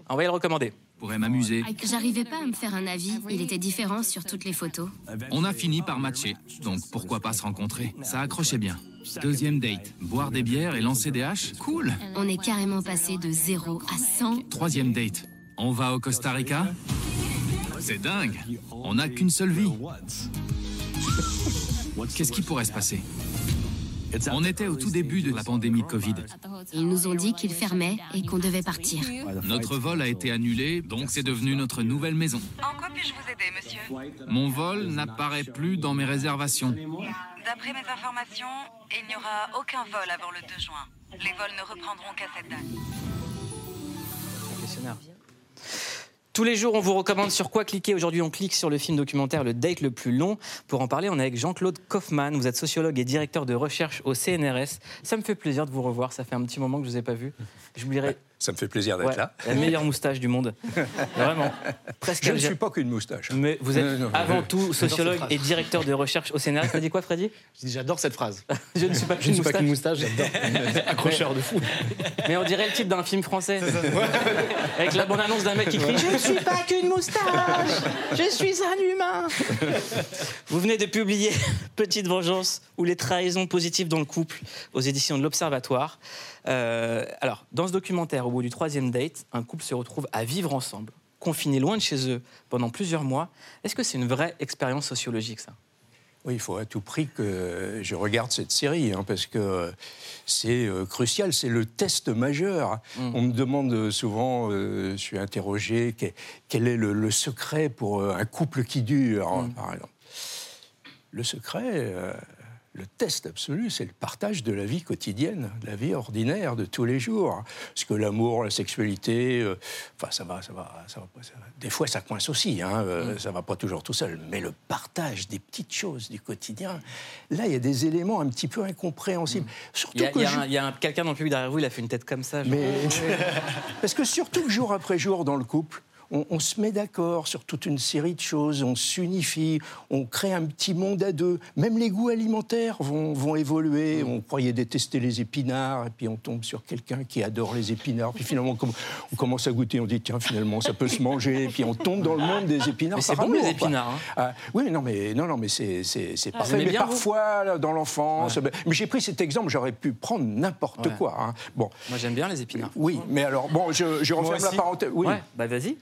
Speaker 1: On va y le recommander.
Speaker 23: pourrais m'amuser.
Speaker 24: J'arrivais pas à me faire un avis, il était différent sur toutes les photos.
Speaker 23: On a fini par matcher, donc pourquoi pas se rencontrer Ça accrochait bien. Deuxième date, boire des bières et lancer des haches Cool
Speaker 24: On est carrément passé de 0 à 100.
Speaker 23: Troisième date, on va au Costa Rica C'est dingue On n'a qu'une seule vie Qu'est-ce qui pourrait se passer On était au tout début de la pandémie de Covid.
Speaker 24: Ils nous ont dit qu'ils fermaient et qu'on devait partir.
Speaker 23: Notre vol a été annulé, donc c'est devenu notre nouvelle maison.
Speaker 25: En quoi puis-je vous aider, monsieur
Speaker 23: Mon vol n'apparaît plus dans mes réservations.
Speaker 25: D'après mes informations, il n'y aura aucun vol avant le 2 juin. Les vols ne reprendront qu'à cette date.
Speaker 1: Tous les jours, on vous recommande sur quoi cliquer. Aujourd'hui, on clique sur le film documentaire Le Date le plus long. Pour en parler, on est avec Jean-Claude Kaufmann. Vous êtes sociologue et directeur de recherche au CNRS. Ça me fait plaisir de vous revoir. Ça fait un petit moment que je ne vous ai pas vu. J'oublierai.
Speaker 26: Ça me fait plaisir Ah, d'être
Speaker 1: Ouais,
Speaker 26: là.
Speaker 1: La meilleure moustache du monde. Vraiment. Presque
Speaker 26: Je ne
Speaker 1: Algérie.
Speaker 26: suis pas qu'une moustache.
Speaker 1: Mais vous êtes
Speaker 26: Non, non, non,
Speaker 1: avant
Speaker 26: je-
Speaker 1: tout
Speaker 26: j'adore cette
Speaker 1: sociologue
Speaker 26: phrase.
Speaker 1: et directeur de recherche au CNRS. T'as dit quoi, Freddy
Speaker 27: J'adore cette phrase.
Speaker 1: Je ne suis pas
Speaker 27: Je ne suis
Speaker 1: qu'une
Speaker 27: pas
Speaker 1: moustache.
Speaker 27: qu'une moustache, j'adore. Accrocheur de fou.
Speaker 1: Mais on dirait le titre d'un film français. Avec la bande-annonce d'un mec qui crie Je ne suis pas qu'une moustache Je suis un humain Vous venez de publier Petite Vengeance ou les trahisons positives dans le couple aux éditions de l'Observatoire. Euh, alors, dans ce documentaire, au bout du troisième date, un couple se retrouve à vivre ensemble, confiné loin de chez eux pendant plusieurs mois. Est-ce que c'est une vraie expérience sociologique, ça
Speaker 26: Oui, il faut à tout prix que je regarde cette série, hein, parce que c'est euh, crucial, c'est le test majeur.
Speaker 1: Mm.
Speaker 26: On me demande souvent, euh, je suis interrogé, que- quel est le, le secret pour euh, un couple qui dure, hein,
Speaker 1: Mm.
Speaker 26: par exemple. Le secret, euh, le test absolu, c'est le partage de la vie quotidienne, de la vie ordinaire, de tous les jours. Parce que l'amour, la sexualité, euh, enfin, ça va, ça va, ça va, pas, ça va. Des fois, ça coince aussi, hein,
Speaker 1: Mm.
Speaker 26: euh, ça va pas toujours tout seul. Mais le partage des petites choses du quotidien, là, il y a des éléments un petit peu incompréhensibles. Surtout
Speaker 1: Mm. Il y a,
Speaker 26: que
Speaker 1: il y a
Speaker 26: je-
Speaker 1: un- il y a un- quelqu'un dans le public derrière vous, il a fait une tête comme ça. genre.
Speaker 26: mais- Parce que surtout que jour après jour dans le couple, on, on se met d'accord sur toute une série de choses, on s'unifie, on crée un petit monde à deux. Même les goûts alimentaires vont, vont évoluer.
Speaker 1: Mm.
Speaker 26: On croyait détester les épinards, et puis on tombe sur quelqu'un qui adore les épinards. Puis finalement, on com- on commence à goûter, on dit tiens, finalement, ça peut se manger. Et puis on tombe dans le monde des épinards.
Speaker 1: Mais c'est
Speaker 26: par
Speaker 1: bon,
Speaker 26: amour,
Speaker 1: les
Speaker 26: quoi.
Speaker 1: épinards, hein.
Speaker 26: Ah, oui, non, mais, non, non, mais c'est c'est- c'est
Speaker 1: Ah,
Speaker 26: parfait.
Speaker 1: vous aimez
Speaker 26: Mais
Speaker 1: bien, vous
Speaker 26: parfois, là, dans l'enfance. ben, Mais j'ai pris cet exemple, j'aurais pu prendre n'importe
Speaker 1: Ouais.
Speaker 26: quoi. hein. Bon.
Speaker 1: Moi, j'aime bien les épinards.
Speaker 26: Oui, mais alors, bon, je, je
Speaker 1: Moi
Speaker 26: referme la
Speaker 1: aussi.
Speaker 26: parenthèse. Oui.
Speaker 1: Ouais, bah vas-y.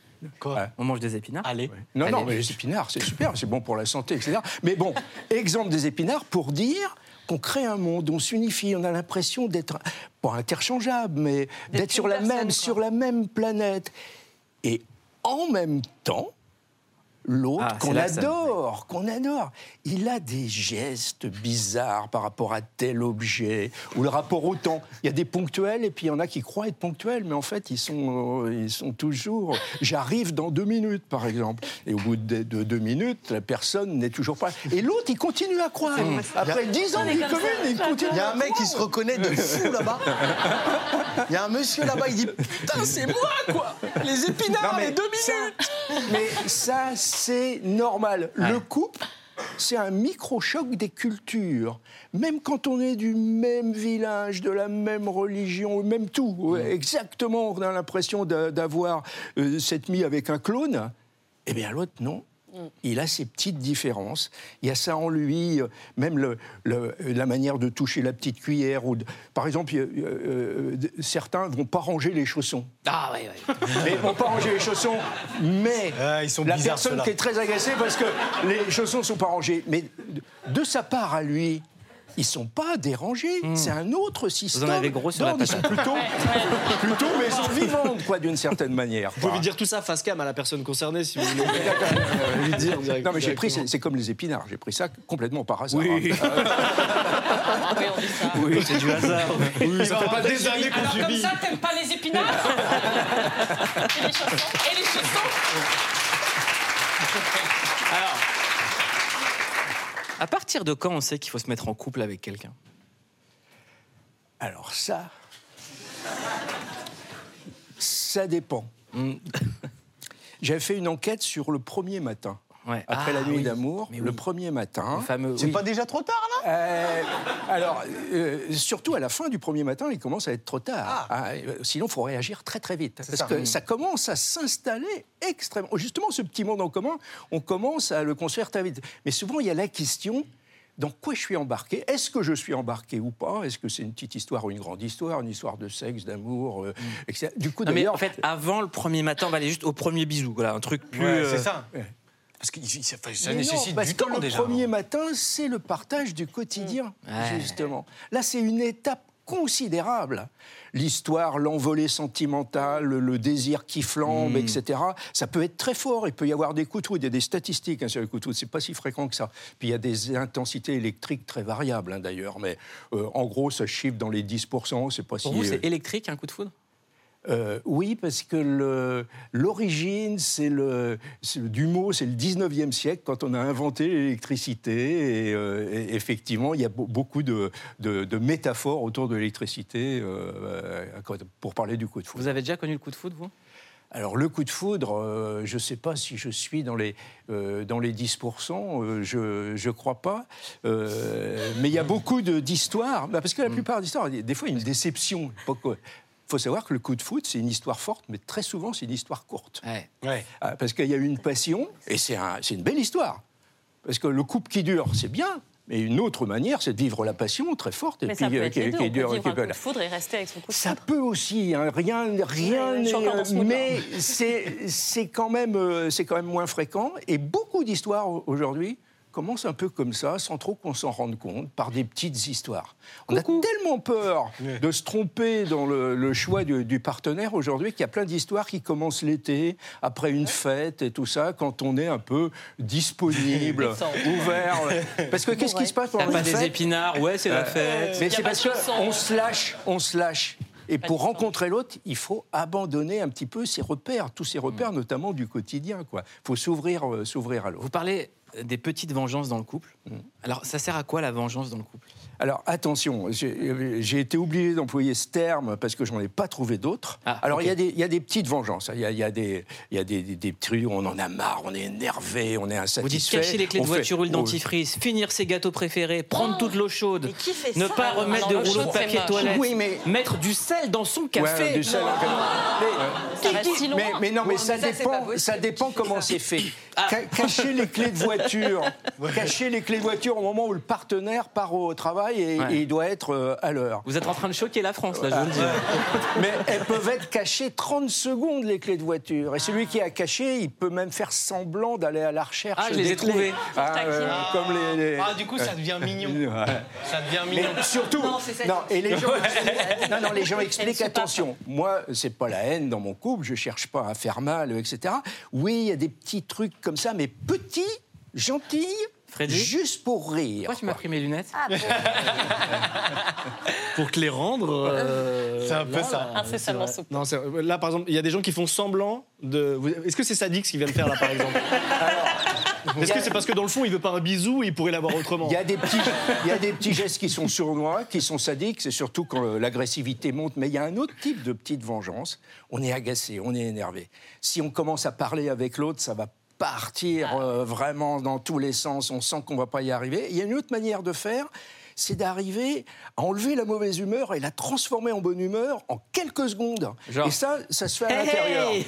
Speaker 1: On mange des épinards. Allez.
Speaker 26: Non, non, mais les épinards, c'est super, c'est bon pour la santé, etc. Mais bon, exemple des épinards pour dire qu'on crée un monde, on s'unifie, on a l'impression d'être, pas interchangeable, mais d'être sur la, même, sur la même planète. Et en même temps, l'autre
Speaker 1: Ah, c'est
Speaker 26: qu'on
Speaker 1: là que ça-
Speaker 26: adore, qu'on adore. Il a des gestes bizarres par rapport à tel objet ou le rapport au temps. Il y a des ponctuels et puis il y en a qui croient être ponctuels, mais en fait ils sont, euh, ils sont toujours. J'arrive dans deux minutes, par exemple, et au bout de, de deux minutes, la personne n'est toujours pas. Et l'autre, il continue à croire.
Speaker 7: Mmh.
Speaker 26: Après dix ans de vie commune, il continue.
Speaker 7: Il y a un mec qui se
Speaker 26: croire.
Speaker 7: reconnaît de fou là-bas. Il y a un monsieur là-bas, il dit Putain, c'est moi quoi Les épinards,
Speaker 26: Non, mais
Speaker 7: les deux
Speaker 26: ça-
Speaker 7: minutes
Speaker 26: Mais ça, c'est normal. Le couple, c'est un micro-choc des cultures. Même quand on est du même village, de la même religion, même tout, ouais, exactement, on a l'impression d'a- d'avoir euh, cette s'être mis avec un clone, eh bien l'autre, non.
Speaker 7: Mm.
Speaker 26: Il a ses petites différences. Il y a ça en lui, euh, même le- le- la manière de toucher la petite cuillère. Ou de- Par exemple, il y a, euh, euh, certains vont pas ranger les chaussons.
Speaker 13: Ah ouais, ouais.
Speaker 26: Mais ils vont pas ranger les chaussons. Mais la
Speaker 7: bizarres,
Speaker 26: personne
Speaker 7: ceux-là.
Speaker 26: qui est très agacée parce que les chaussons sont pas rangés. Mais de- de sa part à lui. Ils sont pas dérangés,
Speaker 4: Hmm.
Speaker 26: c'est un autre système.
Speaker 13: avez gros sur la
Speaker 26: Non, ils sont
Speaker 13: patate.
Speaker 26: plutôt, plutôt, mais ils sont vivantes, quoi, d'une certaine manière.
Speaker 4: Vous pouvez dire tout ça face cam à la personne concernée si vous voulez.
Speaker 26: lui
Speaker 4: dire direct-
Speaker 26: non mais j'ai pris,
Speaker 4: directement.
Speaker 26: c'est c'est comme les épinards, j'ai pris ça complètement par hasard. Ah
Speaker 4: Oui.
Speaker 26: hein.
Speaker 4: Oui, c'est du hasard.
Speaker 26: Oui, ça fait pas des
Speaker 6: années qu'on
Speaker 8: Alors comme
Speaker 6: subit.
Speaker 8: ça, t'aimes pas les épinards Et les chaussons Et les chaussons
Speaker 13: À partir de quand on sait qu'il faut se mettre en couple avec quelqu'un
Speaker 26: Alors ça, ça dépend.
Speaker 4: Hmm.
Speaker 26: J'avais fait une enquête sur le premier matin. Après
Speaker 13: Ah,
Speaker 26: la nuit
Speaker 13: oui.
Speaker 26: d'amour, le premier matin.
Speaker 7: C'est pas déjà trop tard, là
Speaker 26: Euh, alors, euh, surtout à la fin du premier matin, il commence à être trop tard. Ah, euh, sinon, il faut réagir très très vite. Parce
Speaker 7: ça.
Speaker 26: que
Speaker 7: Mm.
Speaker 26: ça commence à s'installer extrêmement. oh, Justement, ce petit monde en commun, on commence à le construire très vite. Mais souvent, il y a la question. Dans quoi je suis embarqué Est-ce que je suis embarqué ou pas Est-ce que c'est une petite histoire ou une grande histoire Une histoire de sexe, d'amour euh, etc. Du coup,
Speaker 13: Mm. Non, mais
Speaker 26: d'ailleurs,
Speaker 13: en fait, avant le premier matin, on va aller juste au premier bisou. Voilà, un truc plus.
Speaker 26: Ouais, c'est
Speaker 13: euh,
Speaker 26: ça.
Speaker 13: Parce que ça,
Speaker 26: Mais non, parce que le premier matin, c'est le partage du quotidien,
Speaker 13: Mmh. Ouais.
Speaker 26: justement. Là, c'est une étape considérable. L'histoire, l'envolée sentimentale, le désir qui
Speaker 13: Mmh.
Speaker 26: flambe, etc. Ça peut être très fort. Il peut y avoir des coups de foudre. Il y a des statistiques hein, sur les coups de foudre. C'est pas si fréquent que ça. Puis il y a des intensités électriques très variables, hein, d'ailleurs. Mais euh, en gros, ça chiffre dans les 10%. C'est pas
Speaker 13: Pour
Speaker 26: si...
Speaker 13: vous,
Speaker 26: euh,
Speaker 13: c'est électrique un coup de foudre
Speaker 26: euh, oui, parce que le- l'origine, c'est le, c'est le- du mot, c'est le 19e siècle, quand on a inventé l'électricité. Et, euh, et effectivement, il y a be- beaucoup de, de- de métaphores autour de l'électricité euh, euh, pour parler du coup de foudre.
Speaker 13: Vous avez déjà connu le coup de foudre, vous
Speaker 26: Alors, le coup de foudre, euh, je ne sais pas si je suis dans les, euh, dans les 10%, euh, je ne crois pas. Euh, mais il y a beaucoup de- d'histoires, bah, parce que la plupart des histoires, des fois, il y a une déception. Il faut savoir que le coup de foudre, c'est une histoire forte, mais très souvent, c'est une histoire courte. Ah, parce qu'il y a eu une passion, et c'est un- c'est une belle histoire. Parce que le couple qui dure, c'est bien. Mais une autre manière, c'est de vivre la passion très forte.
Speaker 3: Mais ça peut
Speaker 26: euh,
Speaker 3: être les deux. On peut
Speaker 26: dure,
Speaker 3: vivre un coup de
Speaker 26: voilà.
Speaker 3: foudre et rester avec son coup de
Speaker 26: Ça
Speaker 3: foudre.
Speaker 26: peut aussi, hein, rien,
Speaker 3: Ouais,
Speaker 26: rien
Speaker 3: ouais, je suis
Speaker 26: n'est-
Speaker 3: encore dans ce mood-là.
Speaker 26: mais c'est c'est quand même euh, c'est quand même moins fréquent et beaucoup d'histoires au- aujourd'hui commencent un peu comme ça, sans trop qu'on s'en rende compte, par des petites histoires. On a tellement peur de se tromper dans le, le choix du, du partenaire aujourd'hui qu'il y a plein d'histoires qui commencent l'été, après une fête et tout ça, quand on est un peu disponible,
Speaker 13: Détente.
Speaker 26: ouvert. Parce que qu'est-ce qui se passe
Speaker 13: T'as
Speaker 26: pendant
Speaker 13: pas
Speaker 26: une
Speaker 13: des
Speaker 26: fête
Speaker 13: épinards, ouais, c'est la
Speaker 26: euh,
Speaker 13: fête.
Speaker 26: Mais c'est parce qu'on se lâche, on se lâche. Et
Speaker 13: Pas
Speaker 26: pour
Speaker 13: de sang.
Speaker 26: rencontrer l'autre, il faut abandonner un petit peu ses repères, tous ses repères, notamment du quotidien. Il faut s'ouvrir euh, s'ouvrir à l'autre.
Speaker 13: Mm.
Speaker 26: Mm.
Speaker 13: Vous parlez des petites vengeances dans le couple. Alors, ça sert à quoi la vengeance dans le couple
Speaker 26: Alors attention, j'ai j'ai été obligé d'employer ce terme parce que j'en ai pas trouvé d'autres.
Speaker 13: Ah,
Speaker 26: Alors il y a des- il y, a des petites vengeances, hein. il y a, il y a des, il y a des, des, des trucs où on en a marre, on est énervé, on est insatisfait.
Speaker 13: Vous dites cacher les clés de
Speaker 26: on fait-
Speaker 13: voiture ou le
Speaker 26: on-
Speaker 13: dentifrice, finir ses gâteaux préférés, prendre toute l'eau chaude,
Speaker 26: Oh, fait
Speaker 13: ne
Speaker 26: ça,
Speaker 13: pas
Speaker 26: alors
Speaker 13: remettre de
Speaker 26: Alors, l'eau
Speaker 13: rouleau de
Speaker 26: chaude,
Speaker 13: papier
Speaker 26: c'est
Speaker 13: toilette,
Speaker 26: moche. Oui, mais-
Speaker 13: mettre du sel dans son café.
Speaker 26: Ouais, hein, du sel,
Speaker 13: Non.
Speaker 26: un café.
Speaker 13: Mais-
Speaker 26: Mais-
Speaker 13: Qui- qui-
Speaker 26: mais, mais non, mais ça,
Speaker 13: c'est pas
Speaker 26: dépend,
Speaker 13: possible.
Speaker 26: ça dépend comment c'est fait.
Speaker 4: Ah.
Speaker 26: Ca- Cacher les clés de voiture, cacher les clés de voiture au moment où le partenaire part au travail et,
Speaker 13: Ouais.
Speaker 26: et il doit être euh, à l'heure.
Speaker 13: Vous êtes en train de choquer la France, là, je vous le dis.
Speaker 26: Mais elles peuvent être cachées 30 secondes, les clés de voiture. Et celui qui a caché, il peut même faire semblant d'aller à la recherche.
Speaker 4: Ah, je les ai
Speaker 26: des clés.
Speaker 4: trouvées.
Speaker 26: Ah,
Speaker 4: Tac.
Speaker 26: euh, comme les, les-
Speaker 4: Ah, du coup, ça devient mignon.
Speaker 26: Ouais.
Speaker 4: Ça devient
Speaker 26: Mais
Speaker 4: mignon.
Speaker 26: surtout, non, et les gens, non, non, les gens expliquent attention. Moi, c'est pas la haine dans mon couple, je cherche pas à faire mal, etc. Oui, il y a des petits trucs comme ça, mais petits, gentils, juste pour rire. Pourquoi
Speaker 13: tu m'as pris mes lunettes
Speaker 4: Pour que les rendre. euh,
Speaker 13: C'est un peu
Speaker 4: là,
Speaker 13: ça. Incessamment
Speaker 4: c'est vrai.
Speaker 13: souple.
Speaker 4: Non, c'est- là, par exemple, il y a des gens qui font semblant de. vous- Est-ce que c'est sadique ce qu'il vient de faire là, par exemple Est-ce que c'est parce que dans le fond, il veut pas un bisou et il pourrait l'avoir autrement
Speaker 26: Il y, a des petits, il y a des petits gestes qui sont sournois, qui sont sadiques, c'est surtout quand euh, l'agressivité monte. Mais il y a un autre type de petite vengeance. On est agacé, on est énervé. Si on commence à parler avec l'autre, ça va partir euh, vraiment dans tous les sens. On sent qu'on va pas y arriver. Il y a une autre manière de faire. c'est d'arriver à enlever la mauvaise humeur et la transformer en bonne humeur en quelques secondes.
Speaker 25: Genre.
Speaker 26: Et ça, ça se fait
Speaker 8: Eh,
Speaker 26: à
Speaker 25: Hey,
Speaker 26: l'intérieur.
Speaker 25: hey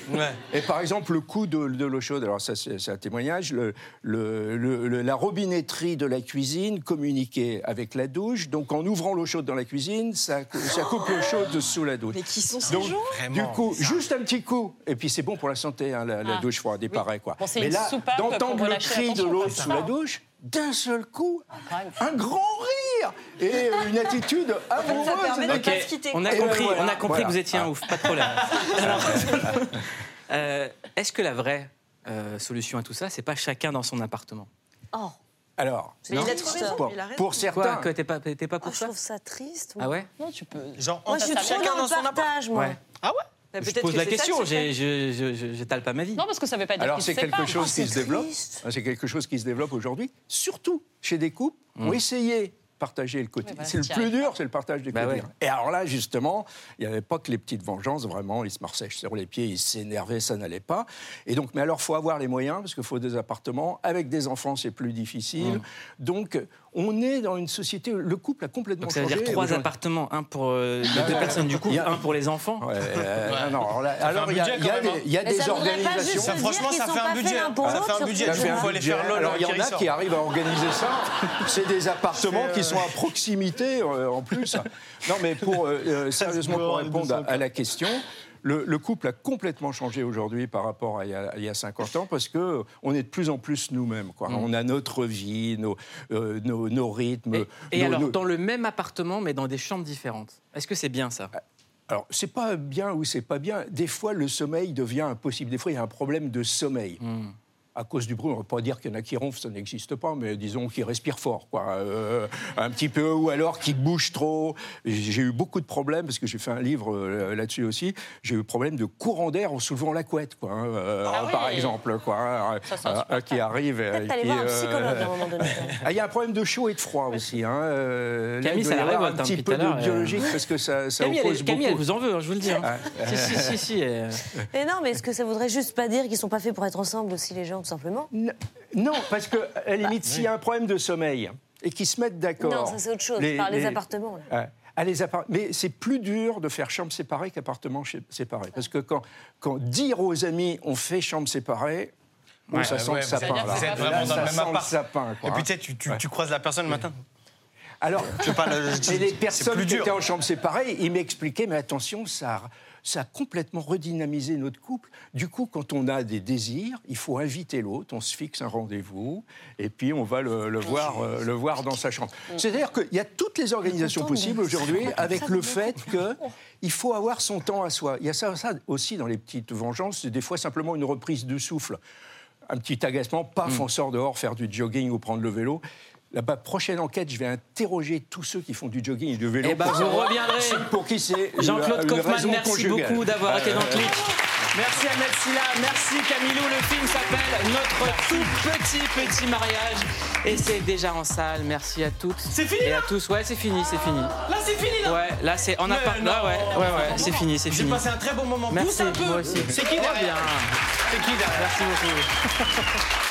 Speaker 26: Et par exemple, le coup de, de l'eau chaude, alors ça c'est c'est un témoignage, le- le- le- le- la robinetterie de la cuisine communiquait avec la douche, donc en ouvrant l'eau chaude dans la cuisine, ça, ça coupe l'eau chaude sous la douche.
Speaker 8: Mais qui sont ces
Speaker 26: Donc,
Speaker 8: gens
Speaker 26: Du
Speaker 8: Vraiment,
Speaker 26: coup, juste un petit coup, et puis c'est bon pour la santé, hein, la, la
Speaker 8: Ah.
Speaker 26: douche froide, il
Speaker 8: Oui.
Speaker 26: paraît quoi.
Speaker 8: Bon, c'est
Speaker 26: Mais
Speaker 8: une
Speaker 26: là,
Speaker 8: soupape pour
Speaker 26: d'entendre le
Speaker 8: relâcher la
Speaker 26: cri de
Speaker 8: tension,
Speaker 26: l'eau
Speaker 8: quoi, ça Ah,
Speaker 26: sous
Speaker 8: va.
Speaker 26: la douche, d'un seul coup, un grand rire et une attitude amoureuse.
Speaker 13: Ok, On a
Speaker 26: Et ben
Speaker 13: compris,
Speaker 26: voilà,
Speaker 13: on a compris
Speaker 26: voilà.
Speaker 13: que vous étiez un ouf, pas de problème. Alors, euh, Est-ce que la vraie euh, solution à tout ça, c'est pas chacun dans son appartement
Speaker 5: Oh.
Speaker 26: Alors,
Speaker 5: Mais il a trop raison,
Speaker 13: Pour-
Speaker 5: il a raison.
Speaker 13: Pour certains. Quoi, que t'es pas, t'es pas
Speaker 5: Ah,
Speaker 13: pour
Speaker 5: je
Speaker 13: ça
Speaker 5: trouve ça triste.
Speaker 13: Ah ouais
Speaker 5: Non, tu peux.
Speaker 13: Genre,
Speaker 5: moi, je suis trop dans, le partage, moi.
Speaker 13: Ouais.
Speaker 5: Ah ouais
Speaker 13: Je pose la question, j'ai- je- je- je- j'étale pas ma vie.
Speaker 3: Non, parce que ça veut pas dire
Speaker 26: Alors
Speaker 3: qu'ils
Speaker 26: c'est
Speaker 3: se Ah,
Speaker 26: quelque
Speaker 3: séparent.
Speaker 26: chose
Speaker 13: Ah,
Speaker 26: qui se développe. Ah,
Speaker 3: triste.
Speaker 26: C'est quelque chose qui se développe aujourd'hui, surtout chez des couples qui ont
Speaker 13: Mm.
Speaker 26: essayé de partager le
Speaker 13: Ouais,
Speaker 26: quotidien.
Speaker 13: voilà,
Speaker 26: c'est le
Speaker 13: t'y
Speaker 26: plus
Speaker 13: arrives
Speaker 26: dur, c'est le partage du
Speaker 13: Bah
Speaker 26: quotidien.
Speaker 13: ouais.
Speaker 26: Et alors là, justement, il n'y avait pas que les petites vengeances, vraiment, ils se marchaient sur les pieds, ils s'énervaient, ça n'allait pas. Et donc, mais alors, faut avoir les moyens, parce qu'il faut des appartements. Avec des enfants, c'est plus difficile. Donc, on est dans une société, où le couple a complètement
Speaker 13: Mm. Donc ça veut dire
Speaker 26: changé.
Speaker 13: trois
Speaker 26: Aujourd'hui-
Speaker 13: appartements, un pour euh, les
Speaker 26: Ah
Speaker 13: deux
Speaker 26: ouais.
Speaker 13: personnes du couple, un pour les enfants.
Speaker 26: euh, non, non, alors là- Ça fait alors, un il y a- budget, il y a quand même, des- hein. il y a
Speaker 5: Mais des ça voudrait pas juste organisations- se dire qu'ils sont pas faits l'un pour l'autre, surtout. Ça fait
Speaker 26: un
Speaker 5: un budget.
Speaker 26: budget. Alors, il y en a qui arrivent à organiser ça. C'est des appartements qui sont à proximité euh, en plus. Non, mais pour euh, euh, sérieusement pour répondre à, à la question. Le, le couple a complètement changé aujourd'hui par rapport à il y a, il y a 50 ans parce que euh, on est de plus en plus nous-mêmes.
Speaker 13: Mm.
Speaker 26: quoi. On a notre vie, nos, euh, nos, nos rythmes.
Speaker 13: Et
Speaker 26: nos-
Speaker 13: alors,
Speaker 26: nos-
Speaker 13: dans le même appartement, mais dans des chambres différentes. Est-ce que c'est bien ça
Speaker 26: Alors, c'est pas bien ou c'est pas bien. Des fois, le sommeil devient impossible. Des fois, il y a un problème de sommeil.
Speaker 13: Hmm.
Speaker 26: À cause du bruit, on ne va pas dire qu'il y en a qui ronflent, ça n'existe pas, mais disons qui respirent fort, quoi. Euh, un petit peu, ou alors qui bougent trop. J'ai eu beaucoup de problèmes, parce que j'ai fait un livre euh, là-dessus aussi. J'ai eu le problème de courant d'air en soulevant la couette, quoi, hein, euh,
Speaker 25: Ah oui.
Speaker 26: par exemple, quoi. hein,
Speaker 25: Ça, c'est
Speaker 26: euh,
Speaker 25: insupportable.
Speaker 26: qui arrive. euh,
Speaker 25: Peut-être
Speaker 26: qui,
Speaker 25: aller voir un
Speaker 26: euh,
Speaker 25: psychologue à un moment donné.
Speaker 26: ah, Il y a un problème de chaud et de froid aussi. Hein. euh, là,
Speaker 13: Camille,
Speaker 26: il
Speaker 13: ça
Speaker 26: doit y
Speaker 13: la
Speaker 26: avoir
Speaker 13: révolte,
Speaker 26: un
Speaker 13: hein,
Speaker 26: petit
Speaker 13: depuis
Speaker 26: peu
Speaker 13: tout à l'heure,
Speaker 26: de
Speaker 13: euh.
Speaker 26: biologique parce que ça, ça
Speaker 13: Camille, elle-
Speaker 26: oppose
Speaker 13: Camille, elle
Speaker 26: beaucoup.
Speaker 13: vous en veut, hein, je vous le dis. hein.
Speaker 26: Ah,
Speaker 13: si, si, si, si, euh.
Speaker 5: Mais non, mais est-ce que ça voudrait juste pas dire qu'ils sont pas faits pour être ensemble aussi, les gens, tout simplement
Speaker 26: Non, parce que à
Speaker 13: Bah,
Speaker 26: la limite, s'il y a un problème de sommeil et qu'ils se mettent d'accord.
Speaker 5: Non, ça, c'est autre chose, par les appartements, là.
Speaker 26: Ouais. Ah, les appart- Mais c'est plus dur de faire chambre séparée qu'appartement chez- séparé. Parce que quand, quand dire aux amis on fait chambre séparée, bon,
Speaker 2: Ouais,
Speaker 26: ça sent
Speaker 2: ouais,
Speaker 26: le
Speaker 2: vous êtes-
Speaker 26: sapin. là.
Speaker 2: vous êtes
Speaker 26: Là,
Speaker 2: vraiment dans
Speaker 26: ça
Speaker 2: le même
Speaker 26: sent
Speaker 2: appart.
Speaker 26: sapin, quoi,
Speaker 2: Et
Speaker 26: hein.
Speaker 2: puis tu sais, tu, tu-
Speaker 26: Ouais.
Speaker 2: tu croises la personne le matin.
Speaker 26: Alors,
Speaker 2: Je parle,
Speaker 4: euh,
Speaker 2: je-
Speaker 26: mais les
Speaker 2: c'est
Speaker 26: personnes
Speaker 2: plus
Speaker 26: qui
Speaker 2: dur.
Speaker 26: étaient en chambre séparée, ils m'expliquaient, mais attention, ça, a- ça a complètement redynamisé notre couple. Du coup, quand on a des désirs, il faut inviter l'autre, on se fixe un rendez-vous, et puis on va le, le voir, euh, le voir dans sa chambre. C'est-à-dire qu'il y a toutes les organisations possibles aujourd'hui avec le fait que il faut avoir son temps à soi. Il y a ça, ça aussi dans les petites vengeances, c'est des fois simplement une reprise du souffle un petit agacement, paf, on sort dehors faire du jogging ou prendre le vélo. La ba- prochaine enquête, je vais interroger tous ceux qui font du jogging et du vélo.
Speaker 13: Eh ben,
Speaker 26: Pour
Speaker 13: vous
Speaker 26: savoir
Speaker 13: reviendrez.
Speaker 26: ceux Pour qui c'est
Speaker 13: Jean-Claude
Speaker 26: une- une
Speaker 13: Kaufmann,
Speaker 26: raison
Speaker 13: merci
Speaker 26: conjugale.
Speaker 13: beaucoup d'avoir été dans Click.
Speaker 1: Merci Ahmed Silla, merci Camilou. Le film s'appelle Notre tout petit petit mariage.
Speaker 13: Et c'est déjà en salle, merci à toutes. C'est
Speaker 1: fini,
Speaker 13: Et à tous, ouais, c'est fini, c'est fini.
Speaker 2: Ah,
Speaker 1: Là, c'est fini, là
Speaker 13: Ouais, là, c'est en
Speaker 1: Mais
Speaker 13: appart. Ouais,
Speaker 1: non.
Speaker 13: ouais, ouais, ouais, c'est fini, c'est
Speaker 2: J'ai
Speaker 13: fini.
Speaker 2: passé un très bon moment.
Speaker 13: Merci,
Speaker 2: Pousse un peu.
Speaker 13: moi aussi.
Speaker 2: C'est qui
Speaker 13: Oh,
Speaker 2: derrière
Speaker 13: bien.
Speaker 2: C'est qui derrière
Speaker 13: Merci beaucoup.